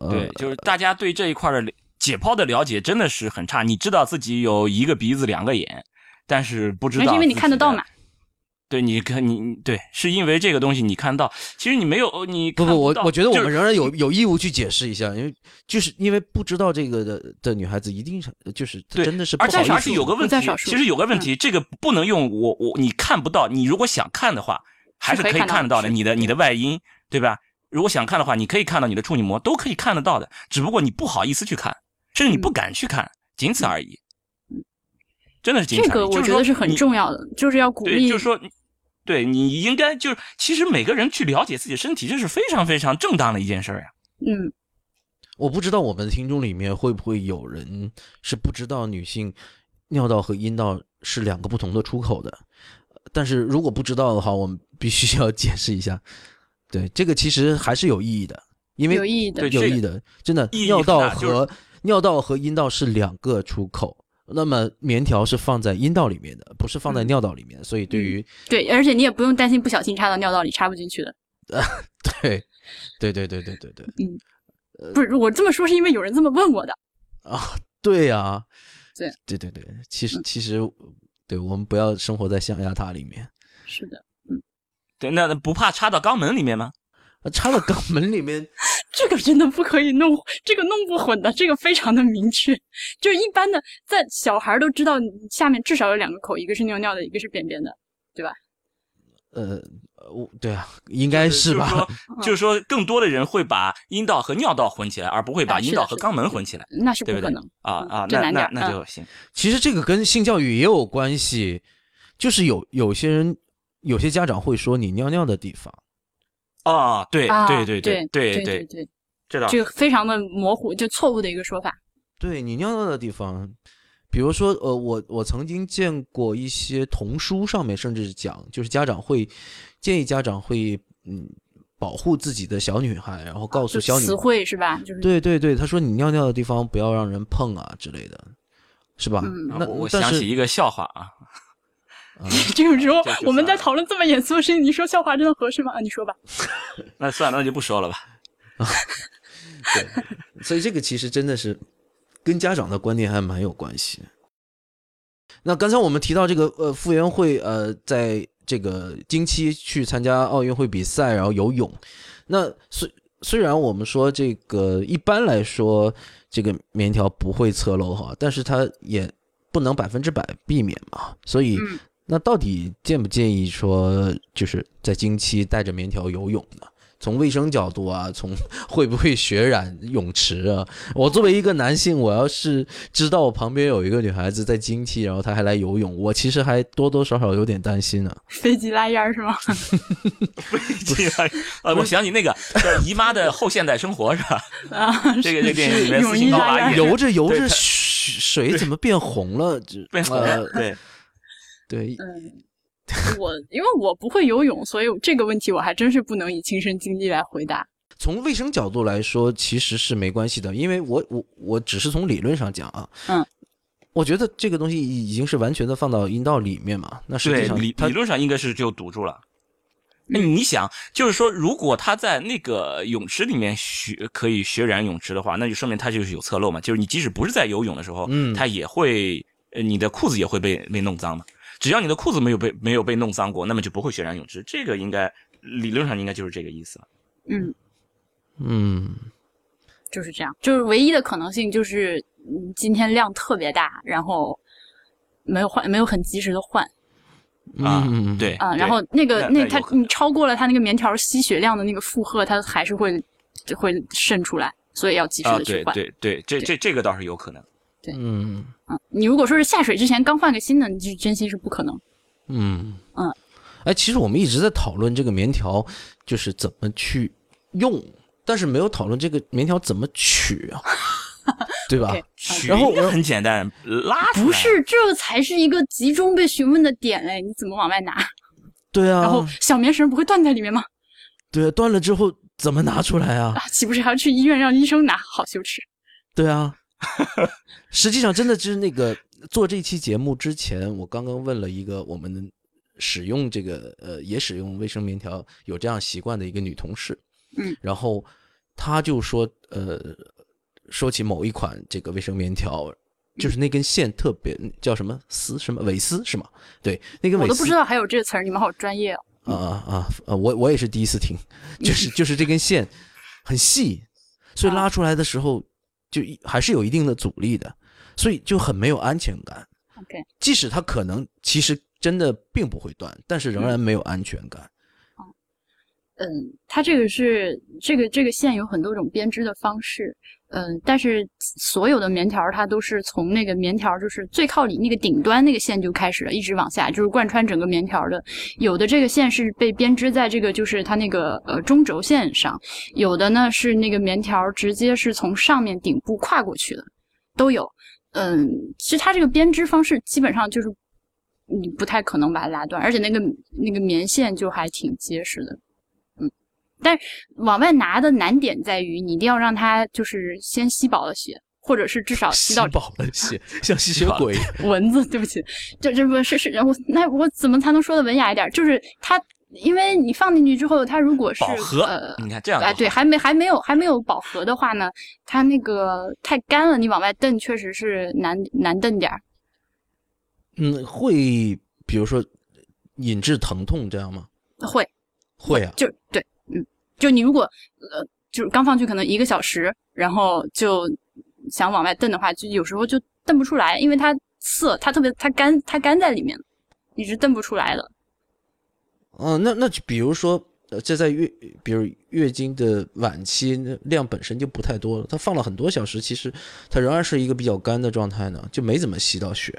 Speaker 1: 呃、
Speaker 2: 对，就是大家对这一块的了解剖的了解真的是很差。你知道自己有一个鼻子、两个眼，但是不知道
Speaker 3: 那是因为你
Speaker 2: 自己
Speaker 3: 看得到
Speaker 2: 的
Speaker 3: 嘛。
Speaker 2: 对你看你对，是因为这个东西你看到，其实你没有呃你
Speaker 1: 不
Speaker 2: 看
Speaker 1: 不，我
Speaker 2: 到
Speaker 1: 我觉得我
Speaker 2: 就是
Speaker 1: 们仍然有有义务去解释一下，因为就是因为不知道这个的的女孩子，一定是就是
Speaker 2: 对
Speaker 1: 真的是不
Speaker 2: 而
Speaker 1: 好
Speaker 2: 且
Speaker 1: 意思。
Speaker 2: 而且有个问
Speaker 3: 不在
Speaker 2: 题
Speaker 3: 少，数
Speaker 2: 其实有个问题，这个不能用我我你看不到，你如果想看的话，还是
Speaker 3: 是可以
Speaker 2: 可以
Speaker 3: 看到
Speaker 2: 看得到的，
Speaker 3: 是
Speaker 2: 你的你的外阴对吧？如果想看的话，你可以看到你的处女膜都可以看得到的，只不过你不好意思去看，甚至你
Speaker 3: 嗯
Speaker 2: 不敢去看，仅此而已。真的是仅
Speaker 3: 这
Speaker 2: 此而已。
Speaker 3: 个我
Speaker 2: 就是
Speaker 3: 觉
Speaker 2: 说
Speaker 3: 得是很
Speaker 2: 你
Speaker 3: 重要的，就是要鼓
Speaker 2: 对，
Speaker 3: 励
Speaker 2: 就是说，对你应该就是，其实每个人去了解自己的身体，这是非常非常正当的一件事儿呀。
Speaker 3: 嗯，
Speaker 1: 我不知道我们的听众里面会不会有人是不知道女性尿道和阴道是两个不同的出口的，但是如果不知道的话，我们必须要解释一下。 对，这个其实还是有意义的，因为
Speaker 3: 有意义的
Speaker 2: 对
Speaker 1: 有
Speaker 2: 这个
Speaker 1: 意义的，真的
Speaker 2: 意义
Speaker 1: 尿
Speaker 2: 很
Speaker 1: 道
Speaker 2: 大就是
Speaker 1: 和尿道和阴道是两个出口。那么棉条是放在阴道里面的，不是放在
Speaker 3: 嗯
Speaker 1: 尿道里面，所以对于
Speaker 2: 嗯
Speaker 3: 对，而且你也不用担心不小心插到尿道里插不进去的。
Speaker 1: 对， 对对对对对对
Speaker 2: 呃
Speaker 3: 不是我这么说是因为有人这么问我的。
Speaker 1: 啊，对呀、
Speaker 3: 对
Speaker 1: 对对对，其实
Speaker 3: 嗯
Speaker 1: 其实，对我们不要生活在象牙塔里面，
Speaker 3: 是的，
Speaker 2: 对，那那不怕插到肛门里面吗？
Speaker 1: 啊插到肛门里面，
Speaker 3: 这个真的不可以弄，这个弄不混的，这个非常的明确。就是一般的，在小孩都知道你下面至少有两个口，一个是尿尿的，一个是便便的。
Speaker 1: 呃，我对啊，应该是
Speaker 2: 就
Speaker 1: 吧？
Speaker 2: 说？ 就是说，更多的人会把阴道和尿道混起来，而不会把
Speaker 3: 啊是
Speaker 2: 阴
Speaker 3: 的
Speaker 2: 道和
Speaker 3: 是的
Speaker 2: 肛门混起来
Speaker 3: 那是不
Speaker 2: 对不
Speaker 3: 可
Speaker 2: 对
Speaker 3: 能。
Speaker 2: 啊
Speaker 3: 嗯
Speaker 2: 啊！
Speaker 3: 这
Speaker 2: 那
Speaker 3: 难点
Speaker 2: 那那
Speaker 3: 儿嗯
Speaker 2: 就行。
Speaker 1: 其实这个跟性教育也有关系，就是有有些人，有些家长会说你尿尿的地方，
Speaker 2: 啊，对
Speaker 3: 啊，
Speaker 2: 对对
Speaker 3: 对
Speaker 2: 对
Speaker 3: 对，
Speaker 2: 知道
Speaker 3: 这个非常的模糊，就错误的一个说法。
Speaker 1: 对你尿尿的地方。比如说，呃，我我曾经见过一些童书上面甚至讲，就是家长会建议家长会嗯保护自己的小女孩，然后告诉
Speaker 3: 就
Speaker 1: 小女
Speaker 3: 词
Speaker 1: 孩。
Speaker 3: 汇是吧？就是
Speaker 1: 对对对，他说你尿尿的地方不要让人碰啊之类的，是吧？
Speaker 3: 嗯
Speaker 2: 啊
Speaker 1: 那
Speaker 2: 我我
Speaker 1: 但
Speaker 2: 想起
Speaker 1: 是
Speaker 2: 一个笑话啊，
Speaker 3: 这个时候
Speaker 2: 这就
Speaker 3: 我们在
Speaker 2: 算了
Speaker 3: 讨论这么严肃的事情，你说笑话真的合适吗？啊，你说吧。
Speaker 2: 那算了，那就不说了吧。
Speaker 1: 对，所以这个其实真的是跟家长的观念还蛮有关系。那刚才我们提到这个呃，傅园慧呃，在这个经期去参加奥运会比赛，然后游泳。那虽虽然我们说这个一般来说这个棉条不会侧漏哈，但是它也不能百分之百避免嘛，所以。
Speaker 3: 嗯
Speaker 1: 那到底建不建议说，就是在经期带着棉条游泳呢？从卫生角度啊， 从会不会血染泳池啊？我作为一个男性，我要是知道我旁边有一个女孩子在经期，然后她还来游泳，我其实还多多少少有点担心呢、啊
Speaker 3: 飞机拉烟儿是吗？
Speaker 2: 呃，我想起 那个叫姨妈的后现代生活》是吧？
Speaker 3: 啊，
Speaker 2: 这个这个电影里面
Speaker 3: 泳
Speaker 2: 四
Speaker 3: 衣
Speaker 2: 星高
Speaker 3: 拉
Speaker 2: 娃
Speaker 3: 烟
Speaker 2: 也
Speaker 3: 儿。
Speaker 1: 游着游
Speaker 2: 哎对
Speaker 1: 着，
Speaker 2: 她
Speaker 1: 水水怎么变红了？这
Speaker 2: 变红了
Speaker 1: 呃对，
Speaker 2: 对，
Speaker 3: 嗯，我因为我不会游泳，所以这个问题我还真是不能以亲身经历来回答。
Speaker 1: 从卫生角度来说，其实是没关系的，因为我我我只是从理论上讲啊，
Speaker 3: 嗯，
Speaker 1: 我觉得这个东西已经是完全的放到阴道里面嘛，那实际
Speaker 2: 对，
Speaker 1: 上
Speaker 2: 理
Speaker 1: 它
Speaker 2: 理论上应该是就堵住了。那
Speaker 3: 嗯
Speaker 2: 你想，就是说，如果他在那个泳池里面血可以血染泳池的话，那就说明他就是有侧漏嘛。就是你即使不是在游泳的时候，
Speaker 1: 嗯
Speaker 2: 他也会，呃你的裤子也会被被弄脏嘛。只要你的裤子没有被没有被弄脏过，那么就不会血染泳池。这个应该理论上应该就是这个意思了。
Speaker 3: 嗯，
Speaker 1: 嗯，
Speaker 3: 就是这样，就是唯一的可能性就是嗯今天量特别大，然后没有换，没有很及时的换
Speaker 2: 啊
Speaker 1: 嗯嗯，
Speaker 2: 对
Speaker 3: 啊、然后那个
Speaker 2: 那
Speaker 3: 那
Speaker 2: 那
Speaker 3: 它
Speaker 2: 有可能
Speaker 3: 你超过了它那个棉条吸血量的那个负荷，它还是会就会渗出来，所以要及时
Speaker 2: 啊，
Speaker 3: 的去
Speaker 2: 对
Speaker 3: 换。
Speaker 2: 对对，这这这个倒是有可能。
Speaker 3: 啊
Speaker 1: 嗯
Speaker 3: 嗯，你如果说是下水之前刚换个新的，你就真心是不可能。
Speaker 1: 嗯
Speaker 3: 嗯，
Speaker 1: 哎，其实我们一直在讨论这个棉条就是怎么去用，但是没有讨论这个棉条怎么取啊，对 吧
Speaker 3: OK
Speaker 2: 取
Speaker 1: 然后
Speaker 2: 应该
Speaker 1: 我
Speaker 2: 很简单，拉出来
Speaker 3: 不是，这才是一个集中被询问的点嘞！你怎么往外拿？
Speaker 1: 对
Speaker 2: 嗯
Speaker 1: 啊，
Speaker 3: 然后小棉绳不会断在里面吗？
Speaker 1: 对啊，断了之后怎么拿出来啊？
Speaker 3: 啊， 岂不是还要去医院让医生拿？好羞耻！
Speaker 1: 对啊， 实际上真的就是那个做这期节目之前，我刚刚问了一个我们使用这个呃也使用卫生棉条有这样习惯的一个女同事，
Speaker 3: 嗯，
Speaker 1: 然后她就说呃说起某一款这个卫生棉条。就是那根线特别叫什么丝什么蕾丝是吗？对，那根
Speaker 3: 我
Speaker 1: 蕾
Speaker 3: 都
Speaker 1: 丝
Speaker 3: 不知道还有这个词儿，你们好专业
Speaker 1: 啊
Speaker 3: 哦。
Speaker 1: 啊啊！我我也是第一次听，就是就是这根线很细，所以拉出来的时候就一还是有一定的阻力的，所以就很没有安全感。
Speaker 3: OK，
Speaker 1: 即使它可能其实真的并不会断，但是仍然没有安全感。
Speaker 3: 嗯，它这个是这个这个线有很多种编织的方式，嗯，但是所有的棉条儿它都是从那个棉条儿就是最靠里那个顶端那个线就开始了，一直往下，就是贯穿整个棉条儿的。有的这个线是被编织在这个就是它那个呃中轴线上，有的呢是那个棉条儿直接是从上面顶部跨过去的，都有。嗯，其实它这个编织方式基本上就是你不太可能把它拉断，而且那个那个棉线就还挺结实的。嗯但往外拿的难点在于，你一定要让它就是先吸饱了血，或者是 至少啊吸
Speaker 1: 吸
Speaker 3: 到
Speaker 1: 饱了血，像吸血
Speaker 2: 饱了
Speaker 1: 鬼。
Speaker 3: 蚊子。对不起，这这不是是我那我怎么才能说的文雅一点？就是它，因为你放进去之后，它如果是
Speaker 2: 饱和
Speaker 3: 呃，
Speaker 2: 你看这样就
Speaker 3: 哎，对，还没还没有还没有饱和的话呢，它那个太干了，你往外蹬确实是难难蹬点儿。
Speaker 1: 嗯，会比如说引致疼痛这样吗？
Speaker 3: 会，
Speaker 1: 会啊，
Speaker 3: 就对，嗯，就你如果呃，就是刚放去可能一个小时，然后就想往外蹬的话，就有时候就蹬不出来，因为它涩，它特别它干它干在里面，你是蹬不出来的。
Speaker 1: 嗯，那那就比如说，呃，这在月，比如月经的晚期那量本身就不太多了，它放了很多小时，其实它仍然是一个比较干的状态呢，就没怎么吸到血。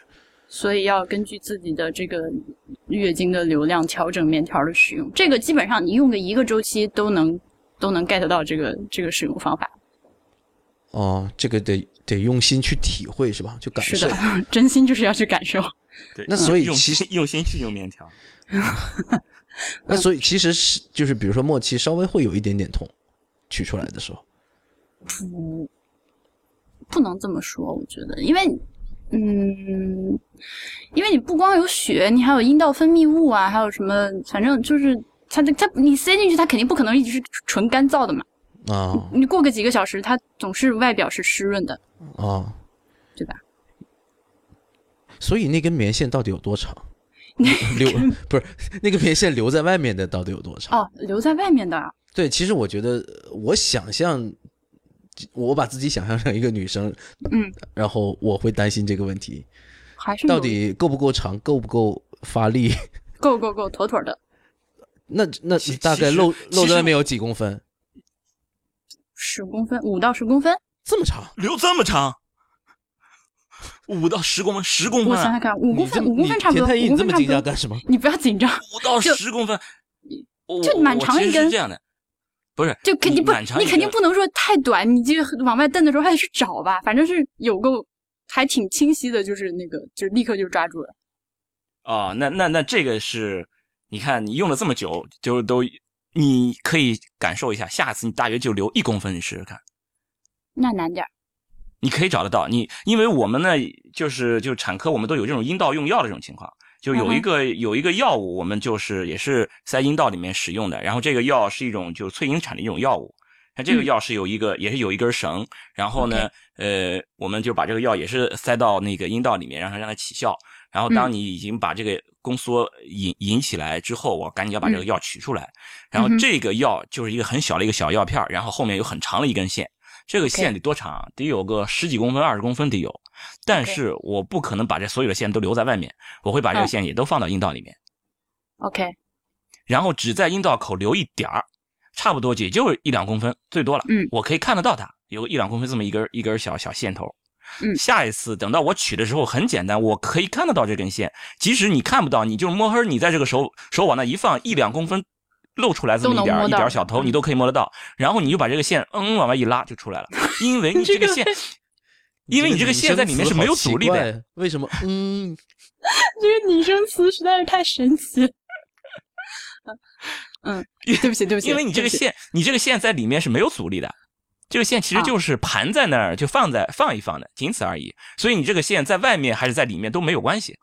Speaker 3: 所以要根据自己的这个月经的流量调整棉条的使用，这个基本上你用个一个周期都能都能 get 到这个这个使用方法，
Speaker 1: 哦，这个得得用心去体会是吧？就感
Speaker 3: 是
Speaker 1: 受
Speaker 3: 的。，真心就是要去感受。
Speaker 2: 对
Speaker 1: 那所以
Speaker 2: 用
Speaker 1: 其实
Speaker 2: 心用心去用面条。
Speaker 1: 那所以其实是就是比如说末期稍微会有一点点痛，取出来的时候，
Speaker 3: 不能这么说，我觉得，因为，嗯，因为你不光有血，你还有阴道分泌物啊，还有什么，反正就是它它它你塞进去，它肯定不可能一直是纯干燥的嘛。
Speaker 1: 啊、
Speaker 3: 你过个几个小时，它总是外表是湿润的，
Speaker 1: 啊、
Speaker 3: 对吧？
Speaker 1: 所以那根棉线到底有多长？留不是那个棉线留在外面的到底有多长？
Speaker 3: 哦，留在外面的啊，
Speaker 1: 对，其实我觉得呃我想象，我把自己想象成一个女生，
Speaker 3: 嗯，
Speaker 1: 然后我会担心这个问题，
Speaker 3: 还是有
Speaker 1: 到底够不够长，够不够发力？
Speaker 3: 够够够妥妥的，
Speaker 1: 那那
Speaker 2: 其
Speaker 1: 大概
Speaker 2: 其实
Speaker 1: 露
Speaker 2: 其
Speaker 1: 露在
Speaker 2: 实
Speaker 1: 外面有几公分？
Speaker 3: 十公分，五到十公分。
Speaker 1: 这么长？
Speaker 2: 留这么长，五到十公分，十公
Speaker 3: 我
Speaker 2: 分
Speaker 3: 想
Speaker 2: 啊，
Speaker 3: 想看，五公
Speaker 1: 你这
Speaker 3: 分，
Speaker 1: 么
Speaker 3: 五公分
Speaker 1: 你
Speaker 3: 差不多，
Speaker 1: 田太医，你
Speaker 3: 五公
Speaker 1: 这
Speaker 3: 分
Speaker 1: 么
Speaker 3: 差不
Speaker 1: 紧张
Speaker 3: 多。
Speaker 1: 干什么？
Speaker 3: 你不要紧张，
Speaker 2: 五到
Speaker 3: 就
Speaker 2: 十公分，我
Speaker 3: 就蛮长
Speaker 2: 我其
Speaker 3: 一
Speaker 2: 实
Speaker 3: 根
Speaker 2: 是这样的，不是
Speaker 3: 就肯定不
Speaker 2: 蛮长，一根
Speaker 3: 你肯定不能说太短，你就往外蹬的时候还得去找吧，反正是有够，还挺清晰的，就是那个，就是立刻就抓住了。
Speaker 2: 哦，那那那这个是，你看你用了这么久，就都你可以感受一下，下次你大约就留一公分，你试试看。
Speaker 3: 那难点儿，
Speaker 2: 你可以找得到你，因为我们呢，就是就是产科，我们都有这种阴道用药的这种情况，就有一个、有一个药物，我们就是也是在阴道里面使用的，然后这个药是一种就是催引产的一种药物，它这个
Speaker 3: 嗯
Speaker 2: 药是有一个、也是有一根绳，然后呢呃，我们就把这个药也是塞到那个阴道里面，然后让它起效，然后当
Speaker 3: 嗯
Speaker 2: 你已经把这个宫缩引引起来之后，我赶紧要把这个
Speaker 3: 嗯
Speaker 2: 药取出来，然后
Speaker 3: 嗯哼
Speaker 2: 这个药就是一个很小的一个小药片儿，然后后面有很长的一根线。这个线得多长啊？得有个十几公分、二十公分得有。但
Speaker 3: OK
Speaker 2: 是我不可能把这所有的线都留在外面，我会把这个
Speaker 3: 嗯
Speaker 2: 线也都放到阴道里面，
Speaker 3: OK，
Speaker 2: 然后只在阴道口留一点儿，差不多也就是一两公分，最多了。
Speaker 3: 嗯
Speaker 2: 我可以看得到它有一两公分这么一根儿一根儿小小线头。
Speaker 3: 嗯
Speaker 2: 下一次等到我取的时候很简单，我可以看得到这根线，即使你看不到，你就摸黑儿，你在这个手手往那一放，一两公分露出来这么一点
Speaker 3: 都能
Speaker 2: 儿
Speaker 3: 摸
Speaker 2: 一
Speaker 3: 到
Speaker 2: 点儿小头，你都可以摸得到。然后你就把这个线嗯嗯往外一拉就出来了，因为你这个线，因为你这个线在里面是没有阻力的。
Speaker 1: 的。啊为什么？嗯，
Speaker 3: 这个拟声词实在是太神奇了。嗯，对不起，对不起，
Speaker 2: 因为你这个
Speaker 3: 对不起，
Speaker 2: 线，你这个线在里面是没有阻力的，这个线
Speaker 3: 啊
Speaker 2: 其实就是盘在那儿，就放在放一放的，仅此而已。所以你这个线在外面还是在里面都没有关系。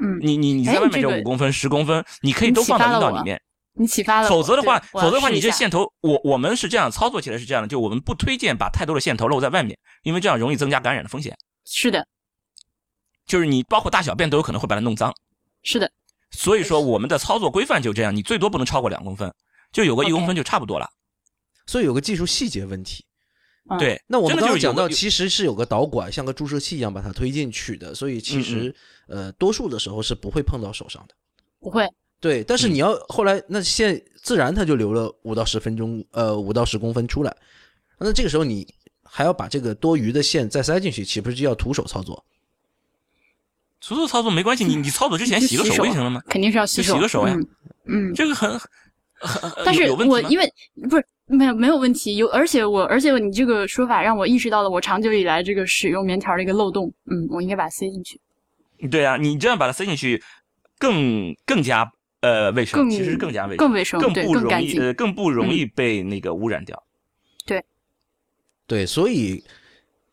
Speaker 3: 嗯，
Speaker 2: 你你你
Speaker 3: 哎
Speaker 2: 在外
Speaker 3: 你
Speaker 2: 面
Speaker 3: 这
Speaker 2: 这
Speaker 3: 个
Speaker 2: 五公分、十公分，你可以
Speaker 3: 你
Speaker 2: 都
Speaker 3: 启
Speaker 2: 放
Speaker 3: 发
Speaker 2: 到阴
Speaker 3: 了
Speaker 2: 道
Speaker 3: 我
Speaker 2: 里面。
Speaker 3: 你启发了我，
Speaker 2: 否则的话
Speaker 3: 对，
Speaker 2: 否则的话，你这，
Speaker 3: 我要试一下
Speaker 2: 线头，我我们是这样操作起来是这样的，就我们不推荐把太多的线头露在外面，因为这样容易增加感染的风险。
Speaker 3: 是的，
Speaker 2: 就是你包括大小便都有可能会把它弄脏。
Speaker 3: 是的，
Speaker 2: 所以说我们的操作规范就这样，你最多不能超过两公分，就有个一
Speaker 3: OK
Speaker 2: 公分就差不多了。
Speaker 1: 所以有个技术细节问题。
Speaker 3: 嗯
Speaker 2: 对，
Speaker 1: 那我们
Speaker 2: 真
Speaker 1: 刚
Speaker 2: 的
Speaker 1: 刚
Speaker 2: 就是
Speaker 1: 讲
Speaker 2: 有个
Speaker 1: 到，其实是有个导管，像个注射器一样把它推进去的，所以
Speaker 2: 嗯
Speaker 1: 其实呃，多数的时候是不会碰到手上的。
Speaker 3: 不会，
Speaker 1: 对，但是
Speaker 2: 嗯
Speaker 1: 你要后来那线自然它就留了五到十分钟，呃，五到十公分出来，那这个时候你还要把这个多余的线再塞进去，岂不是就要徒手操作？
Speaker 2: 徒手操作没关系，你你操作之前洗个
Speaker 3: 嗯就
Speaker 2: 手
Speaker 3: 洗
Speaker 2: 不
Speaker 3: 手
Speaker 2: 就行了吗？
Speaker 3: 肯定是要洗
Speaker 2: 就洗
Speaker 3: 手，
Speaker 2: 个手呀
Speaker 3: 嗯，嗯，
Speaker 2: 这个很，很很
Speaker 3: 但是
Speaker 2: 呃有问
Speaker 3: 我
Speaker 2: 题吗？
Speaker 3: 因为不是没有没有问题，有而且我而且你这个说法让我意识到了我长久以来这个使用棉条的一个漏洞，嗯，我应该把它塞进去，
Speaker 2: 对啊，你这样把它塞进去，更更加呃卫生，
Speaker 3: 更
Speaker 2: 其实更加卫生，
Speaker 3: 更卫生，对，
Speaker 2: 不
Speaker 3: 更
Speaker 2: 容
Speaker 3: 干
Speaker 2: 易
Speaker 3: 净，嗯
Speaker 2: 呃更不容易被那个污染掉。
Speaker 1: 对，所以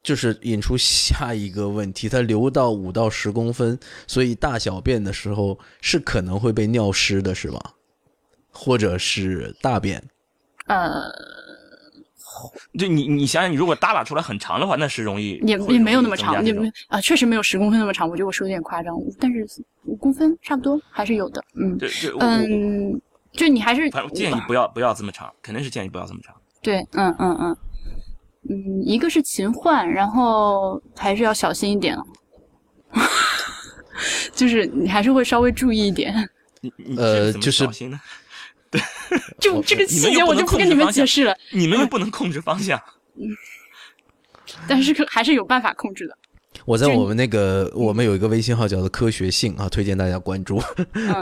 Speaker 1: 就是引出下一个问题，它留到五到十公分，所以大小便的时候是可能会被尿湿的，是吗？或者是大便？
Speaker 3: 呃，
Speaker 2: 就你你想想，你如果耷拉出来很长的话，那是容易
Speaker 3: 也
Speaker 2: 会
Speaker 3: 也没有
Speaker 2: 容易
Speaker 3: 那么
Speaker 2: 增
Speaker 3: 长，
Speaker 2: 加
Speaker 3: 也
Speaker 2: 这
Speaker 3: 没
Speaker 2: 种
Speaker 3: 有啊，确实没有十公分那么长，我觉得我说的有点夸张，但是五公分差不多还是有的，嗯
Speaker 2: 对对，我我
Speaker 3: 嗯，就你还是
Speaker 2: 反正建议不要不要这么长，肯定是建议不要这么长。
Speaker 3: 对，嗯嗯嗯，嗯，一个是勤换，然后还是要小心一点哦， 就是你还是会稍微注意一点。
Speaker 2: 你你
Speaker 1: 呃
Speaker 2: 这个怎么
Speaker 1: 就是
Speaker 2: 小心呢？
Speaker 3: 就这个
Speaker 2: 哦你们又
Speaker 3: 细节
Speaker 2: 不
Speaker 3: 我
Speaker 2: 能
Speaker 3: 就不
Speaker 2: 控
Speaker 3: 跟
Speaker 2: 制
Speaker 3: 你们
Speaker 2: 方
Speaker 3: 解
Speaker 2: 向
Speaker 3: 释了，
Speaker 2: 你们又不能控制方 向，
Speaker 3: 但是可还是有办法控制的。
Speaker 1: 我在
Speaker 3: 就嗯
Speaker 1: 我们那个，我们有一个微信号叫做“科学性”啊，推荐大家关注。
Speaker 3: 嗯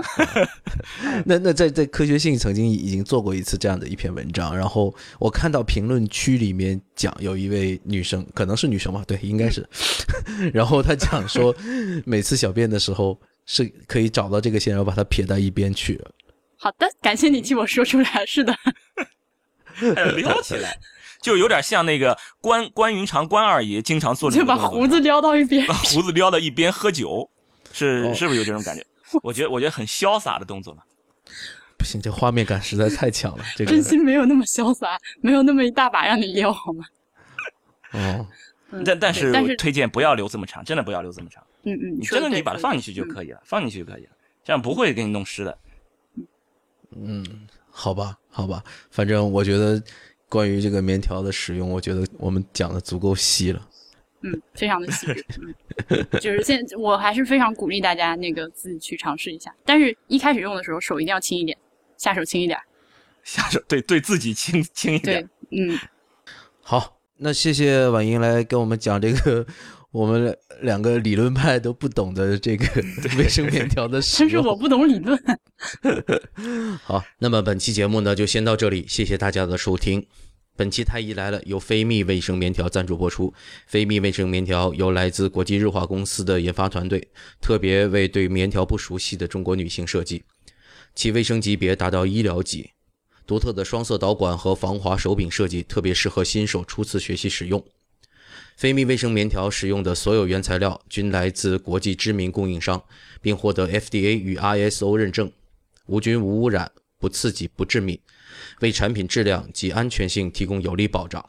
Speaker 1: 那那在在科学性曾经已经做过一次这样的一篇文章，然后我看到评论区里面讲有一位女生，可能是女生吧，对，应该是。
Speaker 3: 嗯
Speaker 1: 然后她讲说， 每次小便的时候是可以找到这个线，然后把它撇到一边去。
Speaker 3: 好的，感谢你替我说出来。是的，
Speaker 2: 哦还要撩起来，就有点像那个关关云长关二爷经常做这
Speaker 3: 就
Speaker 2: 个
Speaker 3: 把
Speaker 2: 动作
Speaker 3: 胡子撩到一边
Speaker 2: 把。胡子撩到一边喝酒，是
Speaker 1: 哦
Speaker 2: 是不是有这种感觉？我觉得我觉得很潇洒的动作嘛。
Speaker 1: 不行，这画面感实在太强了，这个
Speaker 3: 真心没有那么潇洒，没有那么一大把让你撩，好吗？
Speaker 1: 哦。
Speaker 3: 嗯
Speaker 2: 但但是
Speaker 3: 对但
Speaker 2: 我
Speaker 3: 是
Speaker 2: 推荐不要留这么长，真的不要留这么长。
Speaker 3: 嗯嗯，
Speaker 2: 你真的
Speaker 3: 说得
Speaker 2: 你
Speaker 3: 对嗯
Speaker 2: 把它放进去就可以了，放进去就可以了，这样不会给你弄湿的。
Speaker 1: 好吧，好吧，反正我觉得关于这个棉条的使用，我觉得我们讲的足够细了。
Speaker 3: 嗯，非常的细致。嗯，就是现我还是非常鼓励大家那个自己去尝试一下，但是一开始用的时候手一定要轻一点，下手轻一点。
Speaker 2: 下手对对自己轻轻一
Speaker 3: 对
Speaker 2: 点，，
Speaker 3: 嗯，
Speaker 1: 好，那谢谢婉莹来跟我们讲这个 我们两个理论派都不懂的这个卫生棉条的使
Speaker 3: 真是
Speaker 1: 用。
Speaker 3: 我不懂理论。
Speaker 1: 好，那么本期节目呢就先到这里，谢谢大家的收听。本期《太医来了》由飞蜜卫生棉条赞助播出。飞蜜卫生棉条由来自国际日华公司的研发团队，特别为对棉条不熟悉的中国女性设计，其卫生级别达到医疗级。独特的双色导管和防滑手柄设计特别适合新手初次学习使用。非密卫生棉条使用的所有原材料均来自国际知名供应商，并获得 FDA 与 ISO 认证，无菌、无污染、不刺激、不致敏，为产品质量及安全性提供有力保障。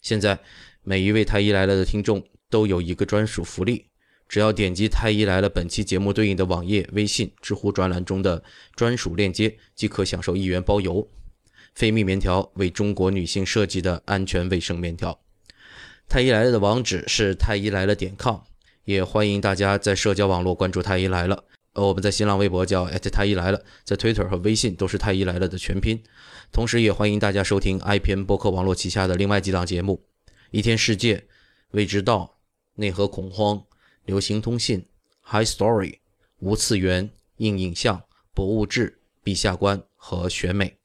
Speaker 1: 现在，每一位太医来了的听众都有一个专属福利，只要点击“太医来了”本期节目对应的网页、微信、知乎专栏中的专属链接，即可享受一元包邮。非密棉条为中国女性设计的安全卫生棉条。太医来了的网址是太医来了点 com，也欢迎大家在社交网络关注太医来了。呃，我们在新浪微博叫太医来了，在 Twitter 和微信都是太医来了的全拼。同时，也欢迎大家收听 IPN 播客网络旗下的另外几档节目：一天世界、未知道、内核恐慌、流行通信、High Story、无次元、硬影像、博物志、陛下观和选美。